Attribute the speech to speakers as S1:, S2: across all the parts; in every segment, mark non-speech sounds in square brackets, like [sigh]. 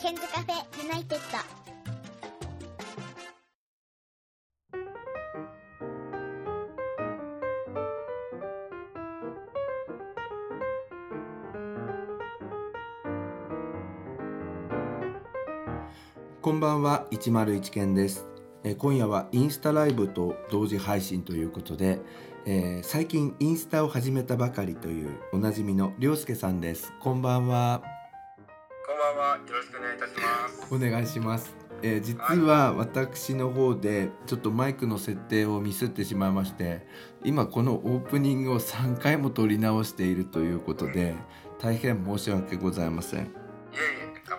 S1: ケンズカフェユナイテッド。
S2: こんばんは101件ですえー今夜はインスタライブと同時配信ということで、えー最近インスタを始めたばかりというおなじみのりょうすけさんですこんばんは
S3: こんばんは。よろしくお願いいたします。
S2: お願いします、えー実は私の方でちょっとマイクの設定をミスってしまいまして今このオープニングを3回も撮り直しているということで大変申し訳ございません
S3: いえいえ、構いま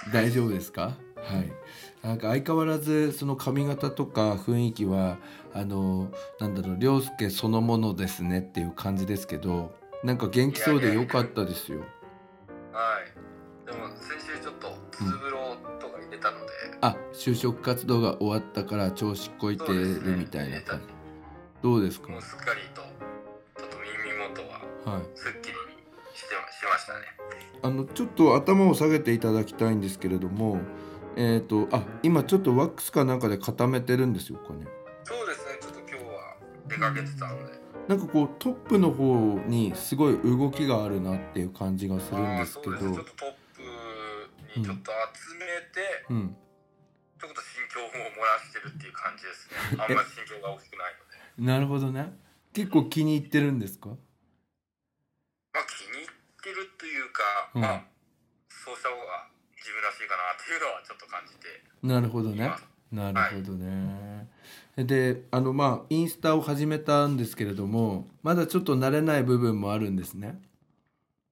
S3: せん。大丈
S2: 大
S3: 夫。
S2: 丈夫ですかはいなんか相変わらずその髪型とか雰囲気はあのなんだろう涼介そのものですねっていう感じですけどなんか元気そうでよかったですよ
S3: はい。でも先週ちょっとツーブローとか入れたので、
S2: あ就職活動が終わったから調子こいてるみたいな感じどうですか
S3: もうすっかりとちょっと耳元は
S2: はい
S3: すっきりしてしましたね。
S2: あのちょっと頭を下げていただきたいんですけれどもえっ、とあ今ちょっとワックスかなんかで固めてるんですよこれね
S3: そうですね。ちょっと今日は出かけてたので。
S2: なんかこうトップの方にすごい動きがあるなっていう感じがするん
S3: あ
S2: で
S3: あ、
S2: す
S3: そ
S2: け
S3: う
S2: ど
S3: ですね。ちょっとトップにちょっと集めて、
S2: うん、
S3: ちょっと心境を漏らしてるっていう感じですね。あんまり心境が大きくないので。
S2: なるほどね結構気に入ってるんですか
S3: まあ気に入ってるというか、
S2: うん
S3: まあそうした方が自分らしいかなっていうのはちょっと感じて。
S2: なるほどねなるほどね、であのまあインスタを始めたんですけれどもまだちょっと慣れない部分もあるんですね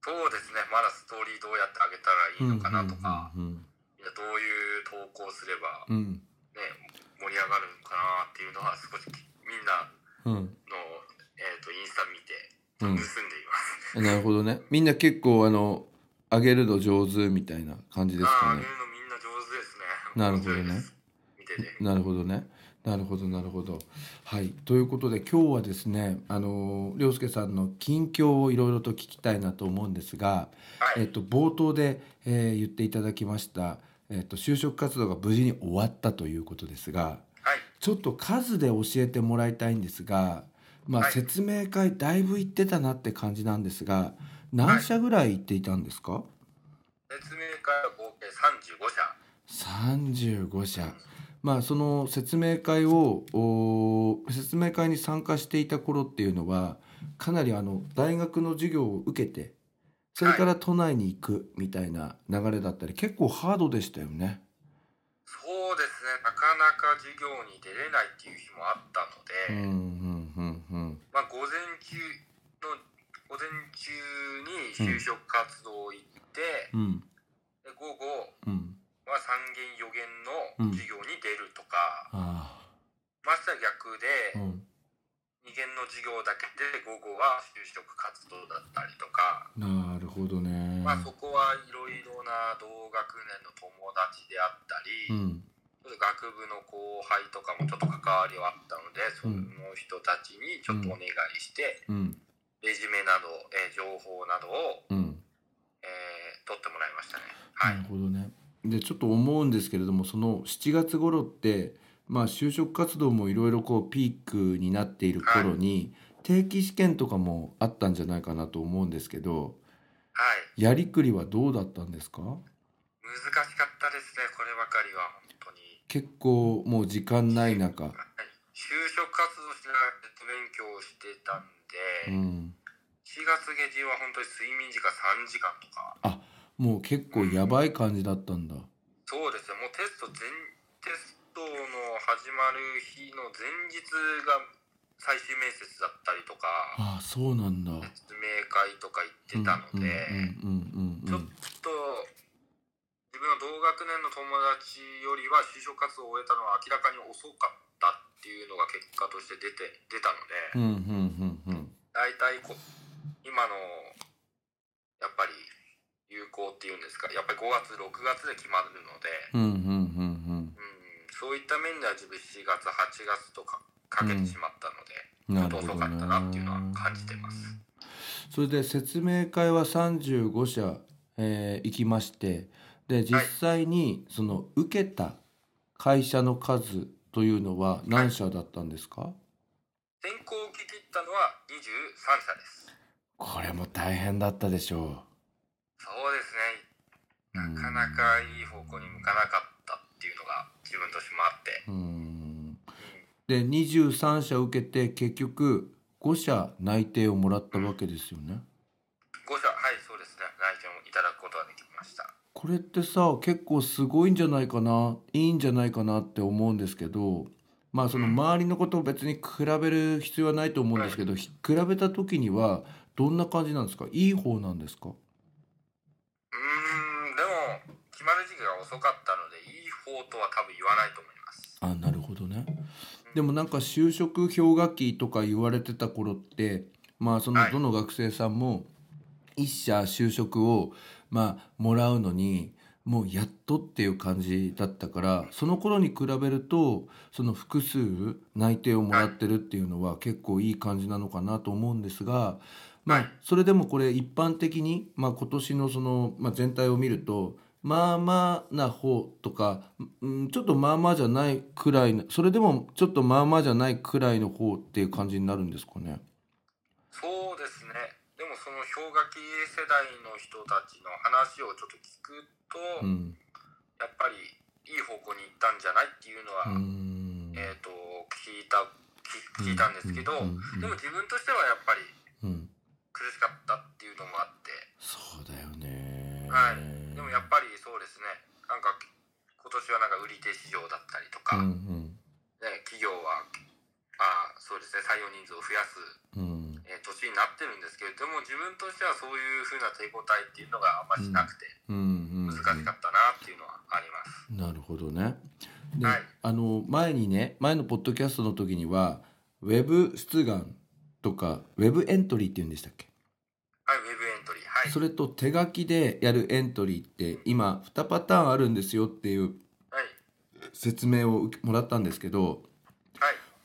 S3: そうですね、まだストーリーどうやってあげたらいいのかなとか、
S2: うん
S3: いやどういう投稿すれば、
S2: うんうん
S3: ね、盛り上がるのかなっていうのは少しみんな
S2: うん
S3: の、えー、とインスタ見て
S2: う
S3: 盗ん
S2: ん
S3: でいます。
S2: なるほどねみんな結構あの上げるの上手みたいな感じです
S3: ああ、
S2: か
S3: あげ
S2: ね
S3: るのみんな上手ですね。
S2: なるほどね
S3: 面白いです。見てて。
S2: なるほどね。なるほどなるほど。はい。ということで今日はですね、あの涼介さんの近況をいろいろと聞きたいなと思うんですが、
S3: はい
S2: えっと冒頭で、えー言っていただきました、えっと就職活動が無事に終わったということですが、
S3: はい、
S2: ちょっと数で教えてもらいたいんですが、まあ、
S3: はい
S2: 説明会だいぶ行ってたなって感じなんですが、何社ぐらい行っていたんですか？
S3: 説明会は合計35社。
S2: 35社まあその説明会をおー説明会に参加していた頃っていうのはかなりあの大学の授業を受けてそれから都内に行くみたいな流れだったり結構ハードでしたよね。
S3: そうですね、なかなか授業に出れないっていう日もあったの
S2: う
S3: で、
S2: んうんうんうん
S3: まあ、午前中の午前中に就職活動行って、
S2: うん
S3: で午後
S2: うん
S3: は三限四限の授業に出るとか、
S2: あ
S3: ましては逆
S2: あう
S3: で
S2: ん
S3: 二限の授業だけで午後は就職活動だったりとか、
S2: なるほどね。
S3: まあ、そこはいろいろな同学年の友達であった
S2: うん
S3: り、ちょっと学部の後輩とかもちょっと関わりはあったのでその人たちにちょっとお願いして、
S2: うん
S3: レジュメなど、えー情報などを
S2: うん
S3: えー、取ってもらいましたね。は。
S2: ないるほどね。でちょっと思うんですけれどもその7月頃って、まあ、就職活動もいろいろこうピークになっている頃に、定期試験とかもあったんじゃないかなと思うんですけど
S3: はい。
S2: やりくりはどうだったんですか
S3: 難しかったですね、こればかりは、本当に。
S2: 結構もう時間ない中
S3: はい。就職活動しながらネット勉強をしてたん
S2: う
S3: で、
S2: ん、
S3: 4月下旬は本当に睡眠時間3時間とか、
S2: もう結構やばい感じだったんだ。
S3: そうですね、もうテスト前、テストの始まる日の前日が最終面接だったりとか、
S2: ああそうなんだ。
S3: 説明会とか行ってたので、
S2: うんうんうんうんう
S3: ちょっ
S2: ん
S3: と自分の同学年の友達よりは就職活動を終えたのは明らかに遅かったっていうのが結果として出て出たの
S2: う
S3: で、
S2: んうんうんうん
S3: 大体こ今のやっぱり有効っていうんですかやっぱり5月6月で決まるので、
S2: うんうんうん
S3: うん、そういった面では自分4月8月とかかけてしまったので、
S2: うんなるほど
S3: ちょっと遅かったなっていうのは感じてます。
S2: それで説明会は35社、えー行きまして、で実際にその受けた会社の数というのは何社だったんですか、
S3: 選考を受け切ったのは23社です
S2: これも大変だったでしょ
S3: そうですね
S2: う。
S3: なかなかいい方向に向かなかったっていうのが自分としてもあって
S2: うんで23社受けて結局5社内定をもらったわけですよね。
S3: 5社はいそうですね内定もいただくことができました
S2: これってさ結構すごいんじゃないかないいんじゃないかなって思うんですけどまあその周りのことを別に比べる必要はないと思うんですけど比べた時にはどんな感じなんですかいい方なんですか
S3: うーんでも決まる時期が遅かったのでいい方とは多分言わないと思います
S2: あなるほどねでもなんか就職氷河期とか言われてた頃ってまあそ
S3: は
S2: の
S3: い
S2: どの学生さんも一社就職をまあもらうのにもうやっとっていう感じだったからその頃に比べるとその複数内定をもらってるっていうのは結構いい感じなのかなと思うんですがま
S3: は
S2: あ
S3: い
S2: それでもこれ一般的にまあ今年のそのまあ全体を見るとまあまあな方とか、うん、ちょっとまあまあじゃないくらいなそれでもちょっとまあまあじゃないくらいの方っていう感じになるんですかね。
S3: そうですねでもその氷河期世代の人たちの話をちょっと聞くと、
S2: うん、
S3: やっぱりいい方向に行ったんじゃないっていうの
S2: うー
S3: は、
S2: ん
S3: えっ、と聞いた聞聞いたんですけど、
S2: うんうんうん
S3: でも自分としてはやっぱり
S2: うん、
S3: 苦しかったっていうのもあって、
S2: そうだよね。
S3: はい、でもやっぱりそうですねなんか今年はなんか売り手市場だったりとか、
S2: うん
S3: ね、企業はあーそうですね採用人数を増やす、
S2: うんうん
S3: えー年になってるんですけれども自分としてはそういうふうな手応えっていうのがあんましなくて
S2: うんうんうん
S3: 難しかったなっていうのはあります。
S2: なるほどね。で、
S3: はい
S2: あの前にね前のポッドキャストの時にはウェブ出願とかウェブエントリーって言うんでしたっけ
S3: はい、ウェブエントリー、はい、
S2: それと手書きでやるエントリーって今2パターンあるんですよっていう
S3: はい、
S2: 説明を受けもらったんですけど
S3: はい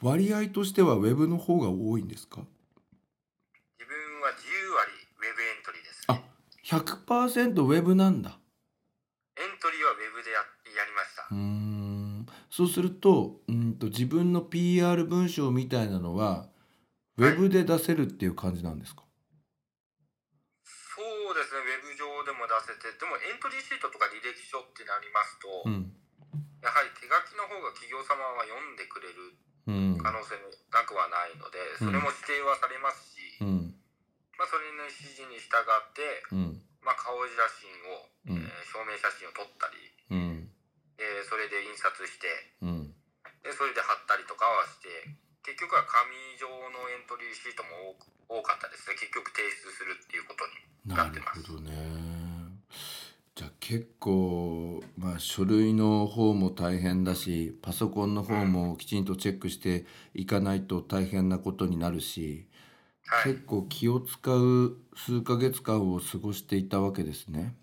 S2: 割合としてはウェブの方が多いんですか
S3: 自分は自由割ウェブエントリーです、
S2: あ ?100% ウェブなんだ。
S3: エントリーはウェブでややりました、
S2: うーんそうするとうんと自分の PR 文章みたいなのはウェブで出せるっていう感じなんですか、
S3: そうですねウェブ上でも出せてでもエントリーシートとか履歴書ってなりますと、
S2: うん
S3: やはり手書きの方が企業様は読んでくれる
S2: うん
S3: 可能性もなくはないのでそれも指定はされますし、
S2: うん
S3: まあ、それの指示に従って、
S2: うん
S3: まあ、顔写真を、
S2: うん
S3: えー証明写真を撮ったり
S2: うん
S3: でそれで印刷して
S2: うん
S3: でそれで貼ったりとかはして結局は紙上のエントリーシートも多く多かったですね結局提出するっていうことに
S2: なるほどねじゃあ結構まあ書類の方も大変だしパソコンの方もきちんとチェックしていかないと大変なことになるし、
S3: はい
S2: 結構気を使う数ヶ月間を過ごしていたわけですね。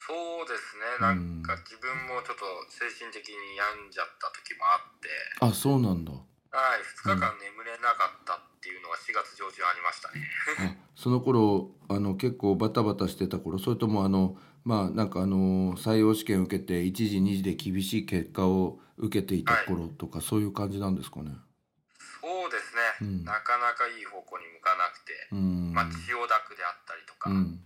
S3: そうですね
S2: う
S3: なんんか自分もちょっと精神的に病んじゃった時もあって
S2: あそうなんだ。
S3: はい2日間眠れなかったっていうのが4月上旬ありましたね
S2: あその頃あの結構バタバタしてた頃それともあのまあなんかあの採用試験受けて1時2時で厳しい結果を受けていた頃とか、そういう感じなんですかね。
S3: そうです
S2: うん
S3: ね、なかなかいい方向に向かなくて、
S2: うん、
S3: まあ、千代田区であったりとか、
S2: うん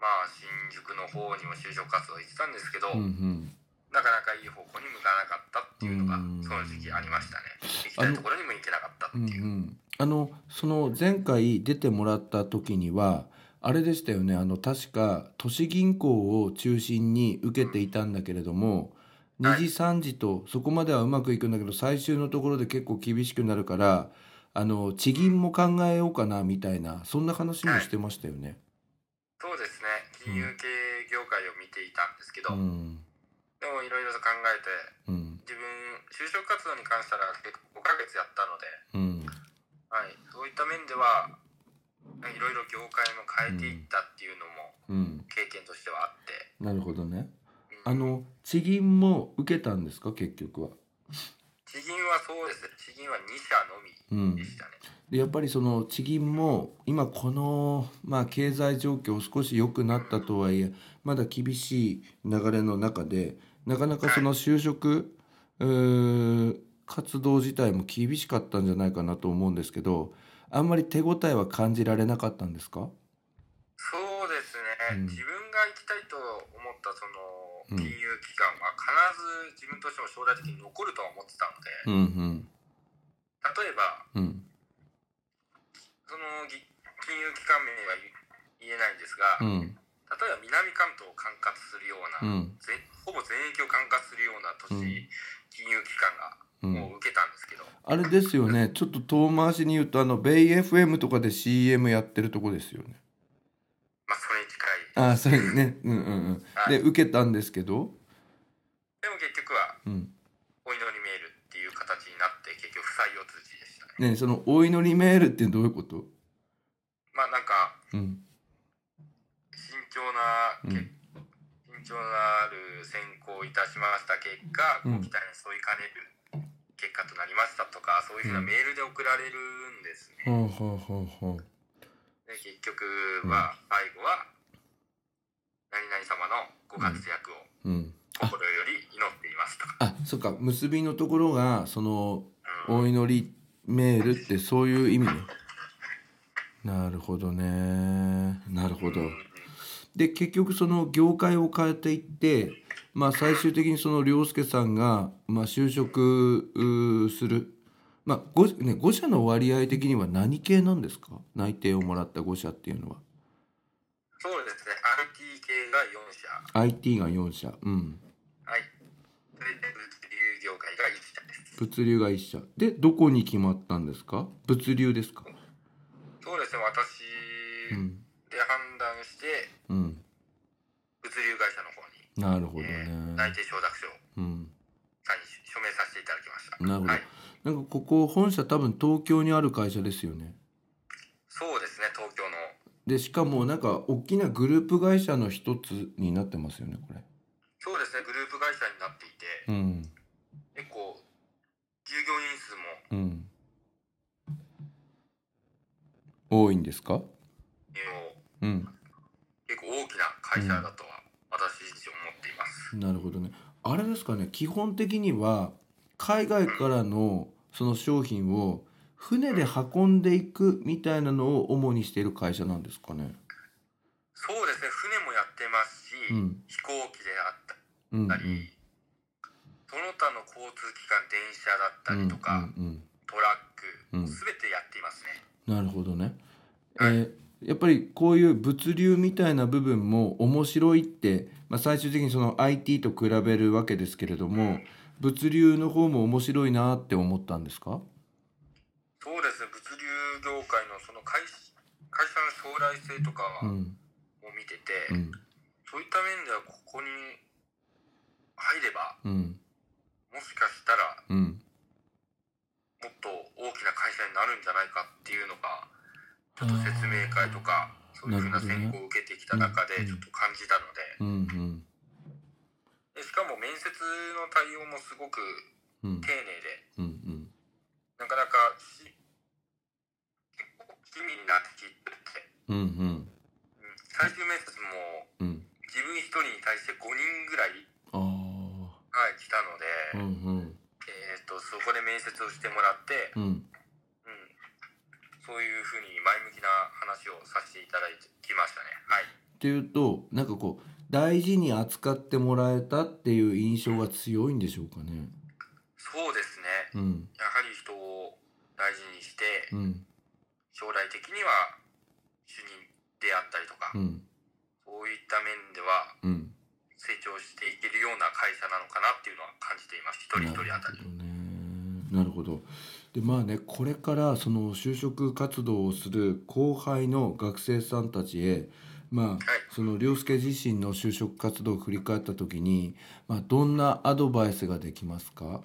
S3: まあ新宿の方にも就職活動行ってたんですけど、
S2: うんうん
S3: なかなかいい方向に向かなかったっていうのが
S2: うん
S3: その時期ありましたね行きたいところにも行けなかったって
S2: うんう
S3: いう、
S2: んあのその前回出てもらった時にはあれでしたよねあの確か都市銀行を中心に受けていたんだけれども、
S3: は
S2: 2
S3: い
S2: 時3時とそこまではうまくいくんだけど最終のところで結構厳しくなるからあの地銀も考えようかなみたいなそんな話もしてましたよね。
S3: そうですね金融系業界を見ていたんですけ
S2: う
S3: ど、
S2: ん
S3: でもいろいろと考えて
S2: うん
S3: 自分就職活動に関しては結構5ヶ月やったので、
S2: うん
S3: はい、そういった面ではいろいろ業界も変えていったっていうのも
S2: うん、
S3: 経験としてはあって。
S2: なるほどね。
S3: う
S2: あ
S3: ん
S2: の地銀も受けたんですか結局は。
S3: 地銀はそうです地銀は2社
S2: う
S3: のみ
S2: ん
S3: で、したね、
S2: でやっぱりその地銀も今この、まあ、経済状況少し良くなったとはいえまだ厳しい流れの中でなかなかその就職うー活動自体も厳しかったんじゃないかなと思うんですけどあんまり手応えは感じられなかったんですか
S3: そうです
S2: う
S3: ね、
S2: ん
S3: 自分が行きたいと思ったその
S2: うん
S3: 金融機関は必ず自分としても将来的に残るとは思ってたの
S2: う
S3: で、
S2: んうん
S3: 例えば
S2: うん
S3: そのぎ金融機関名は言えないんですが、
S2: う
S3: 例え
S2: ん
S3: ば南関東を管轄するよう
S2: う
S3: な、
S2: ん
S3: ぜほぼ全域を管轄するような都
S2: う
S3: 市、
S2: ん
S3: 金融機関が
S2: うん
S3: もう受けたんですけど、
S2: あれですよねちょっと遠回しに言うとあのベイ FM とかで CM やってるとこですよね
S3: まあそれに近い
S2: ああそれねうんうんうん
S3: はい
S2: で受けたんですけど
S3: でも結局は
S2: うん
S3: お祈りメールっていう形になって結局不採用通知でしたね
S2: ねそのお祈りメールってどういうこと
S3: まあなんか
S2: うん
S3: 慎重な、
S2: うん
S3: け慎重なる選考をいたしました結果、
S2: うん
S3: ご期待に沿いかねる結果となりましたとかそういうふうなメールで送られるんですね、
S2: ほうほうほうほ
S3: で結局は最後は何々様のご活躍を
S2: ううん
S3: 心より祈っていますとか、
S2: あそっか結びのところがその
S3: うん
S2: お祈りメールってそういう意味ねなるほどねなるほど
S3: うん
S2: で結局その業界を変えていってまあ最終的にその良介さんがまあ就職うーするまあ 5,、ね、5社の割合的には何系なんですか内定をもらった5社っていうのは
S3: そうですね IT
S2: IT
S3: 系が4社
S2: が4社うん
S3: はいそれで物流業界が1社です
S2: 物流が1社でどこに決まったんですか物流ですか
S3: そうですね私
S2: うん
S3: で判断して
S2: うん
S3: 物流会社の方
S2: な
S3: に
S2: るほど
S3: えー
S2: ね
S3: 内定承諾書を
S2: うん
S3: サインし署名させていただきました
S2: なるほど
S3: はい、
S2: なんかここ本社多分東京にある会社ですよね
S3: そうですね東京の
S2: でしかもなんか大きなグループ会社の一つになってますよねこれ
S3: そうですねグループ会社になっていて
S2: うん
S3: 結構従業員数も、
S2: うん多いんですか
S3: えー
S2: うん
S3: 結構大きな会社だとは私自身思っています、
S2: なるほどねあれですかね基本的には海外からのその商品を船で運んでいくみたいなのを主にしている会社なんですかね
S3: そうですね船もやってますし、
S2: うん
S3: 飛行機であった
S2: うんうん
S3: り、その他の交通機関電車だったりとか、
S2: うんうんうん
S3: トラ
S2: う
S3: ッ
S2: ん
S3: ク全てやっていますね、
S2: なるほどね、え
S3: はい
S2: ーやっぱりこういう物流みたいな部分も面白いって、まあ、最終的にその IT と比べるわけですけれども物流の方も面白いなって思ったんですか
S3: そうですね物流業界のその会社会社の将来性とか
S2: う
S3: を
S2: ん
S3: 見てて、
S2: うん
S3: そういった面ではここに入れば
S2: うん
S3: もしかしたら
S2: うん
S3: もっと大きな会社になるんじゃないかっていうのがちょっと説明会とかそういうふうな選考を受けてきた中
S2: な
S3: で
S2: る
S3: ち
S2: ほどねうん
S3: ょっと感じたので,、
S2: うんうん
S3: でしかも面接の対応もすごく
S2: うん
S3: 丁寧
S2: う
S3: で
S2: んうん
S3: なかなかし結構親身になってきてて
S2: うんうん
S3: うん最終面接も
S2: うん
S3: 自分一人に対して5人ぐらい
S2: あ
S3: はい、来た
S2: あう
S3: の
S2: んう
S3: で、
S2: ん
S3: えー、とそこで面接をしてもらって、
S2: うん
S3: うん、そういうふうに前向きな話をさせていただいてきましたね。はい、
S2: っていうとなんかこう大事に扱ってもらえたっていう印象が強いんでしょうかね
S3: そうです
S2: う
S3: ね
S2: ん
S3: やはり人を大事にして
S2: うん
S3: 将来的には主任であったりとか、
S2: うん
S3: そういった面では
S2: うん
S3: 成長していけるような会社なのかなっていうのは感じています一人一人あたり。
S2: なるほどね。なるほど。でまあねこれからその就職活動をする後輩の学生さんたちへまあ
S3: はい
S2: その涼介自身の就職活動を振り返った時に、まあ、どんなアドバイスができますか、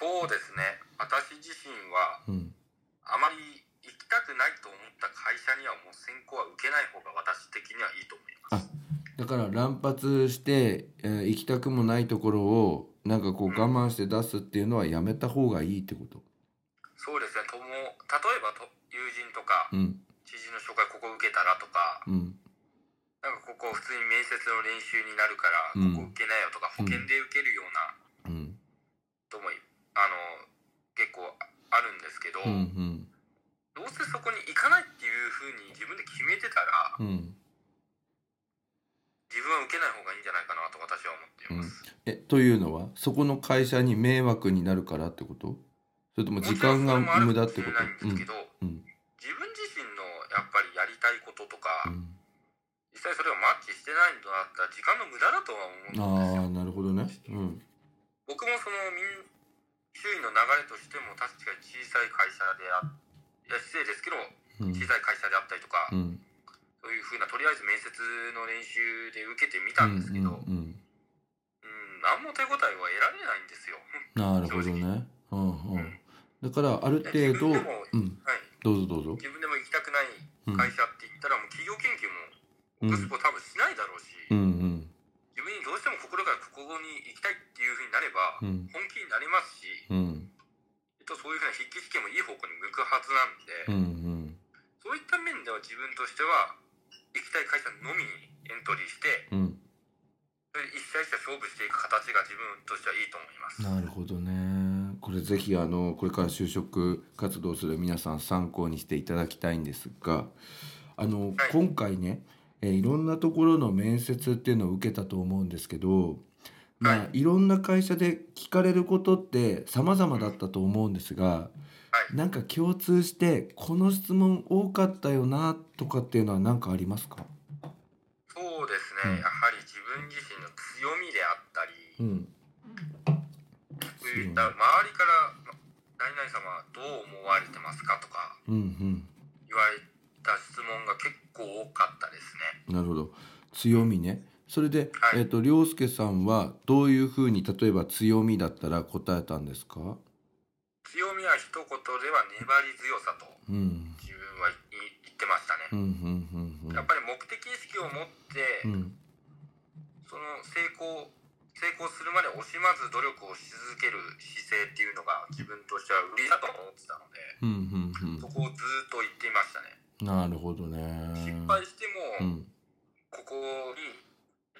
S3: そうですね私自身は
S2: うん、
S3: あまり行きたくないと思った会社にはもう選考は受けない方が私的にはいいと思います。
S2: だから乱発して、えー行きたくもないところをなんかこう我慢して出すっていうのはやめた方がいいってこと。
S3: そうですねとも例えか
S2: うん
S3: 知人の紹介ここ受けたらとか
S2: うん
S3: なんかここ普通に面接の練習になるから
S2: うん
S3: ここ受けなよとか保険で受けるような
S2: うん
S3: こともいあの結構あるんですけど、
S2: うんうん
S3: どうせそこに行かないっていうふうに自分で決めてたら
S2: うん
S3: 自分は受けない方がいいんじゃないかなと私は思っています、
S2: えというのはそこの会社に迷惑になるからってことそれとも時間が無駄ってこ
S3: もち
S2: とう
S3: ろんそれもあるかもしれないんですけ
S2: ん
S3: ど、
S2: うん
S3: 自分自身のやっぱりやりたいこととか、
S2: うん
S3: 実際それをマッチしてないのだったら時間の無駄だとは
S2: ああ
S3: 思うんですよ
S2: なるほどねうん
S3: 僕もそのみん周囲の流れとしても確かに小さい会社であいや失礼ですけど
S2: うん
S3: 小さい会社であったりとか、
S2: うん
S3: そういうふうなとりあえず面接の練習で受けてみ
S2: う
S3: たんですけ
S2: ん
S3: ど、うん
S2: うん
S3: 何も手応えは得られないんですよ。
S2: なるほどねうんう
S3: うんん
S2: だからある程度
S3: 自分で
S2: う
S3: も
S2: ん
S3: はい、
S2: どうぞどうぞ
S3: 自分でも行きたくない
S2: うん
S3: 会社って言ったらもう企業研究
S2: うん
S3: も僕そこ多分しないだろうし、
S2: うんうん
S3: 自分にどうしても心からここに行きたいっていうふうになれば
S2: うん
S3: 本気になりますし、
S2: うん
S3: えっと、そういうふうな筆記試験もいい方向に向くはずなん
S2: うんう
S3: で、
S2: ん
S3: そういった面では自分としては行きたい会社のみにエントリーして
S2: うん
S3: それで一社一社勝負していく形が自分としてはいいと思います。
S2: なるほどねこれぜひあのこれから就職活動する皆さん参考にしていただきたいんですがあの、今回ねえーいろんなところの面接っていうのを受けたと思うんですけど、まあ、
S3: はい
S2: ろんな会社で聞かれることって様々だったと思うんですが
S3: はい
S2: なんか共通してこの質問多かったよなとかっていうのは何かありますか、
S3: そうです
S2: うん
S3: ね、やはり自分自身の強みであったり、
S2: うん
S3: そういった周りから「ま何々様どう思われてますか?」とか
S2: うん
S3: 言われた質問が結構多かったですね。
S2: なるほど強みねそれで、
S3: はい
S2: えっ、と涼介さんはどういうふうに例えば強みだったら答えたんですか
S3: 強みは一言では粘り強さと
S2: うん
S3: 自分はい言ってました
S2: うんう
S3: ね。
S2: ん
S3: やっぱり目的意識を持って、
S2: うんうんうん
S3: その成功成功するまで惜しまず努力をし続ける姿勢っていうのが自分としては売りだと思ってたので、
S2: うんうんうん
S3: そこをずっと言っていましたね。
S2: なるほどね
S3: 失敗して
S2: うん
S3: もここに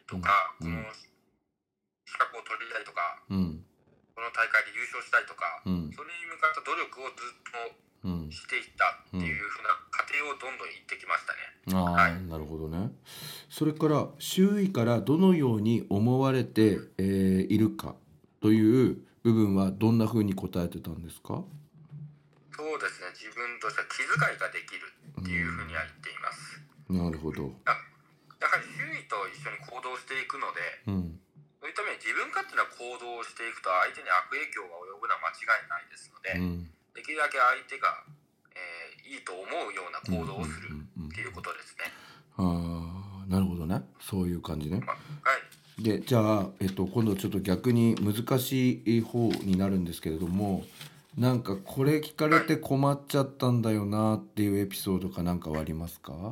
S3: とか、
S2: うん
S3: この資格を取りたいとか、
S2: うん
S3: この大会で優勝したいとか、
S2: うん
S3: それに向かった努力をずっと
S2: うん
S3: していったっていうふうな過程をどんどん言ってきましたね。
S2: ああ、
S3: はい
S2: なるほどねそれから周囲からどのように思われて、えーいるかという部分はどんなふうに答えてたんですか
S3: そうですね、自分としては気遣いができるっていうふうには言っています。
S2: なるほど
S3: やはり周囲と一緒に行動していくので、
S2: うん
S3: そういうために自分勝手な行動をしていくと相手に悪影響が及ぶのは間違いないですので
S2: う、ん
S3: できるだけ相手が、えーいいと思うような行動をする
S2: うんうんうんうん
S3: っていうことですね。
S2: ああなるほどねそういう感じね
S3: まあはい、
S2: でじゃあ、えっと、今度ちょっと逆に難しい方になるんですけれどもなんかこれ聞かれて困っちゃったんだよなっていうエピソードかなんかはありますか
S3: そ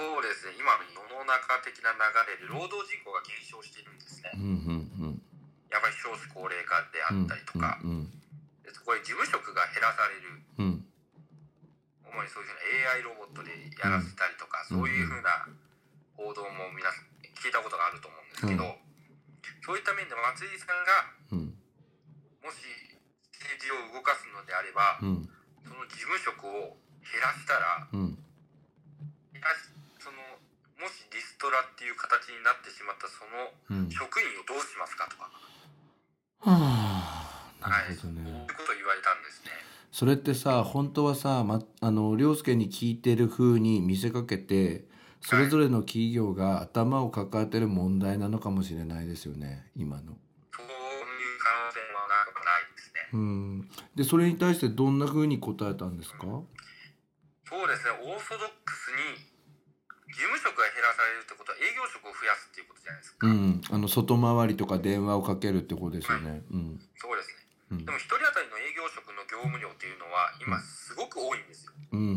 S3: うですね、今の世の中的な流れで労働人口が減少しているんですね
S2: う。んうん
S3: やっぱり少子高齢化であ
S2: うんうん
S3: ったりとか、
S2: うん
S3: でそこで事務職が減らされる、
S2: うんうん
S3: 主にそういうふうな AI ロボットでやらせたりとか、
S2: うん
S3: そういうふうな報道も皆さん聞いたことがあると思うんですけど、
S2: う
S3: そういった面で松井さ
S2: う
S3: んが
S2: ん
S3: もし政治を動かすのであれば、
S2: うん
S3: その事務職を減らしたら、
S2: うん
S3: 減らしそのもしリストラっていう形になってしまったそ
S2: う
S3: の
S2: んは
S3: 職員をどうしますかとか、
S2: あな
S3: はい、
S2: るほ
S3: そう
S2: ど
S3: い
S2: ね
S3: うことを言われたんですね。
S2: それってさ本当はさ、ま、あの凌介に聞いてる風に見せかけてそれぞれの企業が頭を抱えてる問題なのかもしれないですよね今の。
S3: そういう可能性はなくはないですね。
S2: うんでそれに対してどんな風に答えたんですか
S3: そうですね、オーソドックスに事務職が減らされるってことは営業職を増やすっていうことじゃないですか。
S2: うんあの外回りとか電話をかけるってことですよねうん
S3: そうですね。
S2: うん
S3: でも一人当たりの営業職の業務量っていうのは今すごく多いんですよ。
S2: うん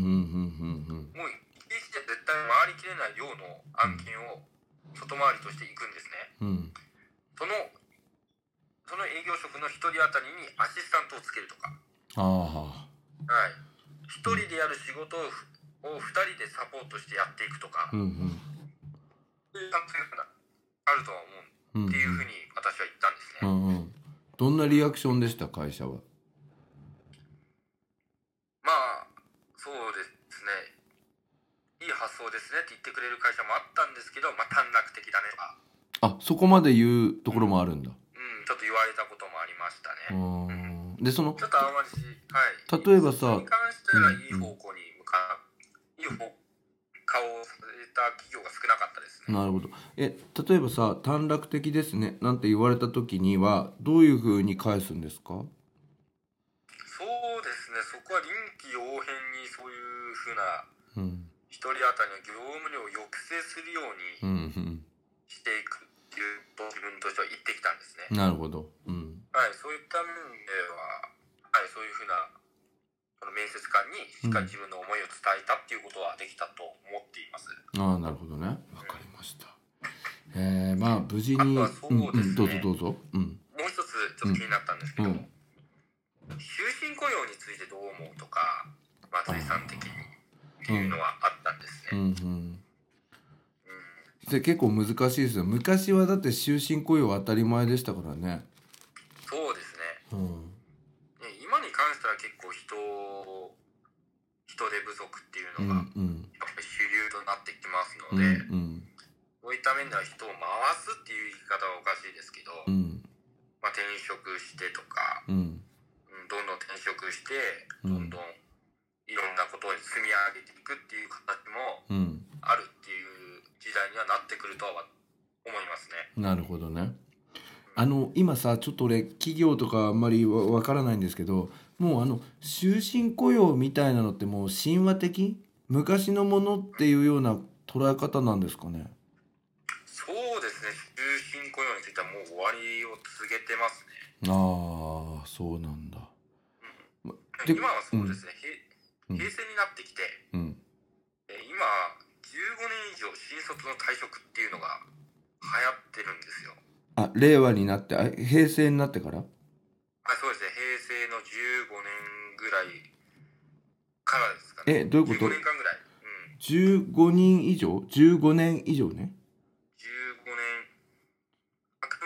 S2: うんうんうんうん
S3: もう一日じゃ絶対回りきれない量の案件を外回りとしていくんです
S2: うん
S3: ね。そのその営業職の一人当たりにアシスタントをつけるとか、
S2: ああ
S3: はい、一人でやる仕事をを二人でサポートしてやっていくとか、
S2: う
S3: そ
S2: ん
S3: ういう感覚があるとは思
S2: うんうん
S3: うっていうふうに私は言ったんです
S2: うんう
S3: ね。
S2: んどんなリアクションでした会社は
S3: まあそうですねいい発想ですねって言ってくれる会社もあったんですけど、まあ、短絡的だねとか、
S2: あそこまで言うところもあるんだ
S3: うん、ちょっと言われたこともありました
S2: う
S3: ね。
S2: んでその
S3: ちょっとあんまりし、はい、
S2: 例えばさ
S3: それに関してはいい方向に向かう、いい方向をされた企業が少なかったですね。
S2: なるほどえ例えばさ「短絡的ですね」なんて言われた時にはどういうふうに返すんですか
S3: そうですね、そこは臨機応変にそういうふうな
S2: うん
S3: 一人当たりの業務量を抑制するよう
S2: う
S3: に
S2: ん
S3: していくっていうと自分としては言ってきたんです
S2: うん
S3: ね。
S2: なるほどうん
S3: はい、そういった面では、はい、そういうふうなその面接官にしっかり自分の思いを伝えたっていうことはできたと思っています。
S2: ああなるほどねわかりましたえー、まあ無事に
S3: あとはそうで
S2: んん、
S3: すね
S2: どうぞどうぞうん
S3: もう一つちょっと気になったんですけど、
S2: うん
S3: 終身雇用についてどう思うとか松井さん的にっていうのはあったんです
S2: うん
S3: ね、
S2: うん
S3: うん
S2: で結構難しいですよ昔はだって終身雇用は当たり前でしたからね
S3: そうですね
S2: うん
S3: ね今に関しては結構人を人手不足っていう
S2: う
S3: のが
S2: んうん
S3: やっぱり主流となってきます
S2: う
S3: の
S2: ん
S3: で、
S2: うん
S3: そういった面では人を回すっていう言い方はおかしいですけど、
S2: うん
S3: まあ、転職してとか、
S2: うん
S3: うんどんどん転職して
S2: う
S3: ど
S2: ん
S3: んどんいろんなことを積み上げていくっていう形も
S2: うん
S3: あるっていう時代にはなってくるとは思いますね。
S2: なるほどねあの今さちょっと俺企業とかあんまりわわからないんですけどもうあの終身雇用みたいなのってもう神話的昔のものっていうような捉え方なんですかね
S3: そうですね。終身雇用についてはもう終わりを告げてますね。
S2: ああそうなんだで
S3: 今はそうですね。
S2: うん
S3: へ平成になってきて、
S2: うん
S3: えー今15年以上新卒の退職っていうのが流行ってるんですよ。
S2: あ令和になってあ平成になってから
S3: あ、そうですね。平成の15年ぐらいからですかね。
S2: えどういうこと
S3: 15年間ぐらい。うん。
S2: 15人以上15年以上ね
S3: 15年。あく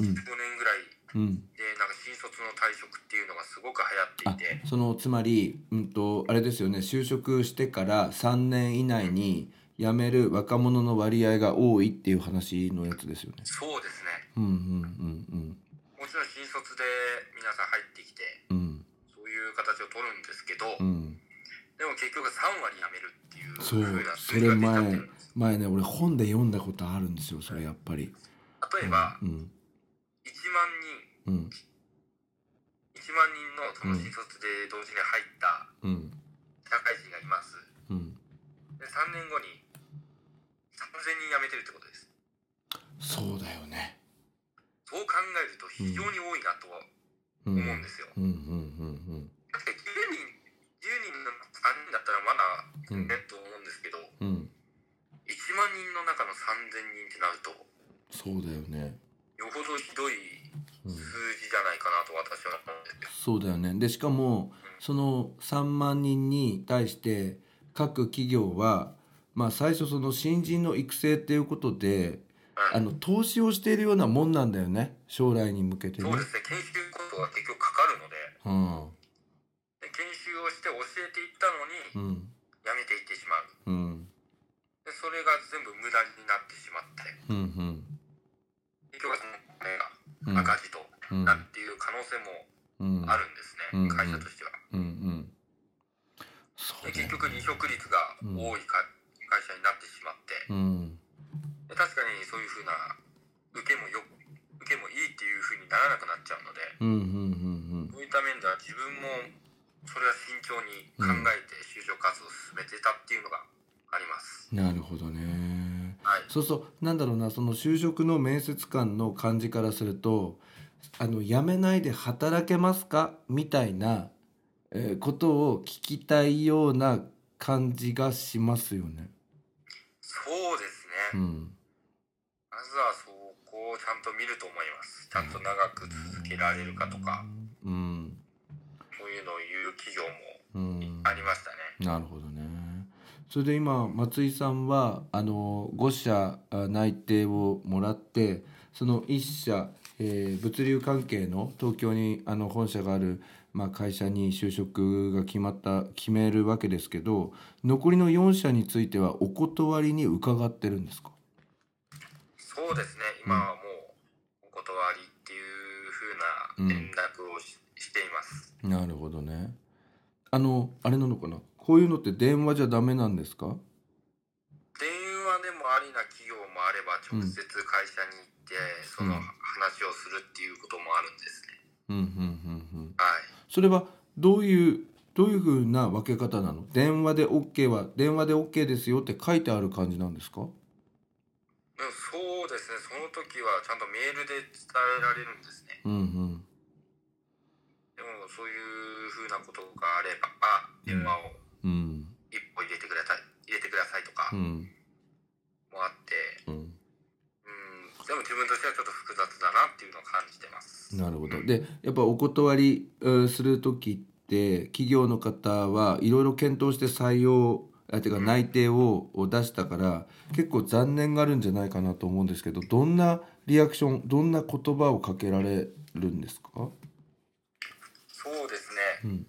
S3: まで
S2: うん
S3: 15年ぐらい
S2: うん
S3: でなんか新卒の退職っていうのがすごく流行
S2: あ
S3: っていて
S2: そのつまりうんとあれですよね就職してから3年以内に辞める若者の割合が多いっていう話のやつですよね
S3: そうですね
S2: うんうんうん
S3: もちろん新卒で皆さん入ってきて
S2: うんうん
S3: そういう形を取るんですけど、
S2: うん
S3: でも結局3割辞めるっていう
S2: そう
S3: 風な
S2: それ
S3: 出ちゃって
S2: 前
S3: るんです
S2: 前ね俺本で読んだことあるんですよそれやっぱり
S3: 例えば
S2: うん
S3: 1
S2: う
S3: 万人
S2: ん
S3: 1万人のその新卒で同時に入った
S2: うん
S3: 社会人がいます
S2: うん
S3: で3年後に3000人辞めてるってことです
S2: そうだよね
S3: そう考えると非常に多いなとは
S2: うん
S3: 思
S2: う
S3: うんんですよ、
S2: うんうん
S3: だって9人10人の3人だったらまだ
S2: う
S3: ね
S2: ん
S3: と思うんですけど、
S2: うんうん
S3: 1万人の中の3000人ってなると
S2: そうだよね
S3: よほどひどい
S2: うん
S3: 数字じゃないかなと私は思うんですよ。
S2: そうだよねでしかもその3万人に対して各企業は、まあ、最初その新人の育成っていうことであ
S3: うん
S2: の投資をしているようなもんなんだよね将来に向けてね
S3: そうですね研修コストが結局かかるので
S2: うん
S3: で研修をして教えていった
S2: う
S3: のに
S2: ん
S3: やめていってしまう
S2: うん
S3: でそれが全部無駄になってしまって
S2: うんうん
S3: 結局そのお金が
S2: うん
S3: 赤字と
S2: うん
S3: なるっていう可能性も
S2: うん
S3: あるんです
S2: うん
S3: ね会社としては。
S2: うんうんそう
S3: で
S2: だよね
S3: 結局離職率が多いか会社になってしまって
S2: うん
S3: で確かにそういうふうな受けもよ受けもいいっていうふうにならなくなっちゃうので。
S2: うんうんうん
S3: そういった面では自分もそれは慎重に考えて就職活動を進めてたっていうのがあります。
S2: うんなるほどね
S3: はい。
S2: そうそうなんだろうなその就職の面接官の感じからするとあの辞めないで働けますかみたいな、えーことを聞きたいような感じがしますよね。
S3: そうです
S2: う
S3: ね。
S2: ん、
S3: まずはそこをちゃんと見ると思います。ちゃんと長く続けられるかとか、
S2: うん
S3: そういうのを言う企業も
S2: うん
S3: ありましたね。
S2: なるほどね。それで今松井さんはあの5社あ内定をもらってその1社、えー物流関係の東京にあの本社がある、まあ、会社に就職が決まった決めるわけですけど残りの4社についてはお断りに伺ってるんですか
S3: そうですね、今はもうお断りっていう風な連絡をし,、ています。
S2: なるほどね。あのあれなのかなこういうのって電話じゃダメなんですか
S3: 電話でもありな企業もあれば、直接会社に行って、その
S2: うん
S3: 話をするっていうこともあるんですね。
S2: うんうんうんうん。
S3: はい。
S2: それはどういうどういう風な分け方なの電話で OK は電話で OK ですよって書いてある感じなんですか
S3: でもそうですね、その時はちゃんとメールで伝えられるんですね。
S2: うんうん
S3: でもそういう風なことがあれば、あ電話を
S2: うん
S3: 一歩入れてください、入れてくださいとか
S2: うん
S3: もあっ
S2: う
S3: て、
S2: ん
S3: うん、でも自分としてはちょっと複雑だなっていうのを感じてます。
S2: なるほどでやっぱお断りうんする時って企業の方はいろいろ検討して採用あてか内定をを出したから結構残念があるんじゃないかなと思うんですけどどんなリアクションどんな言葉をかけられるんですか、
S3: そうですね。
S2: うん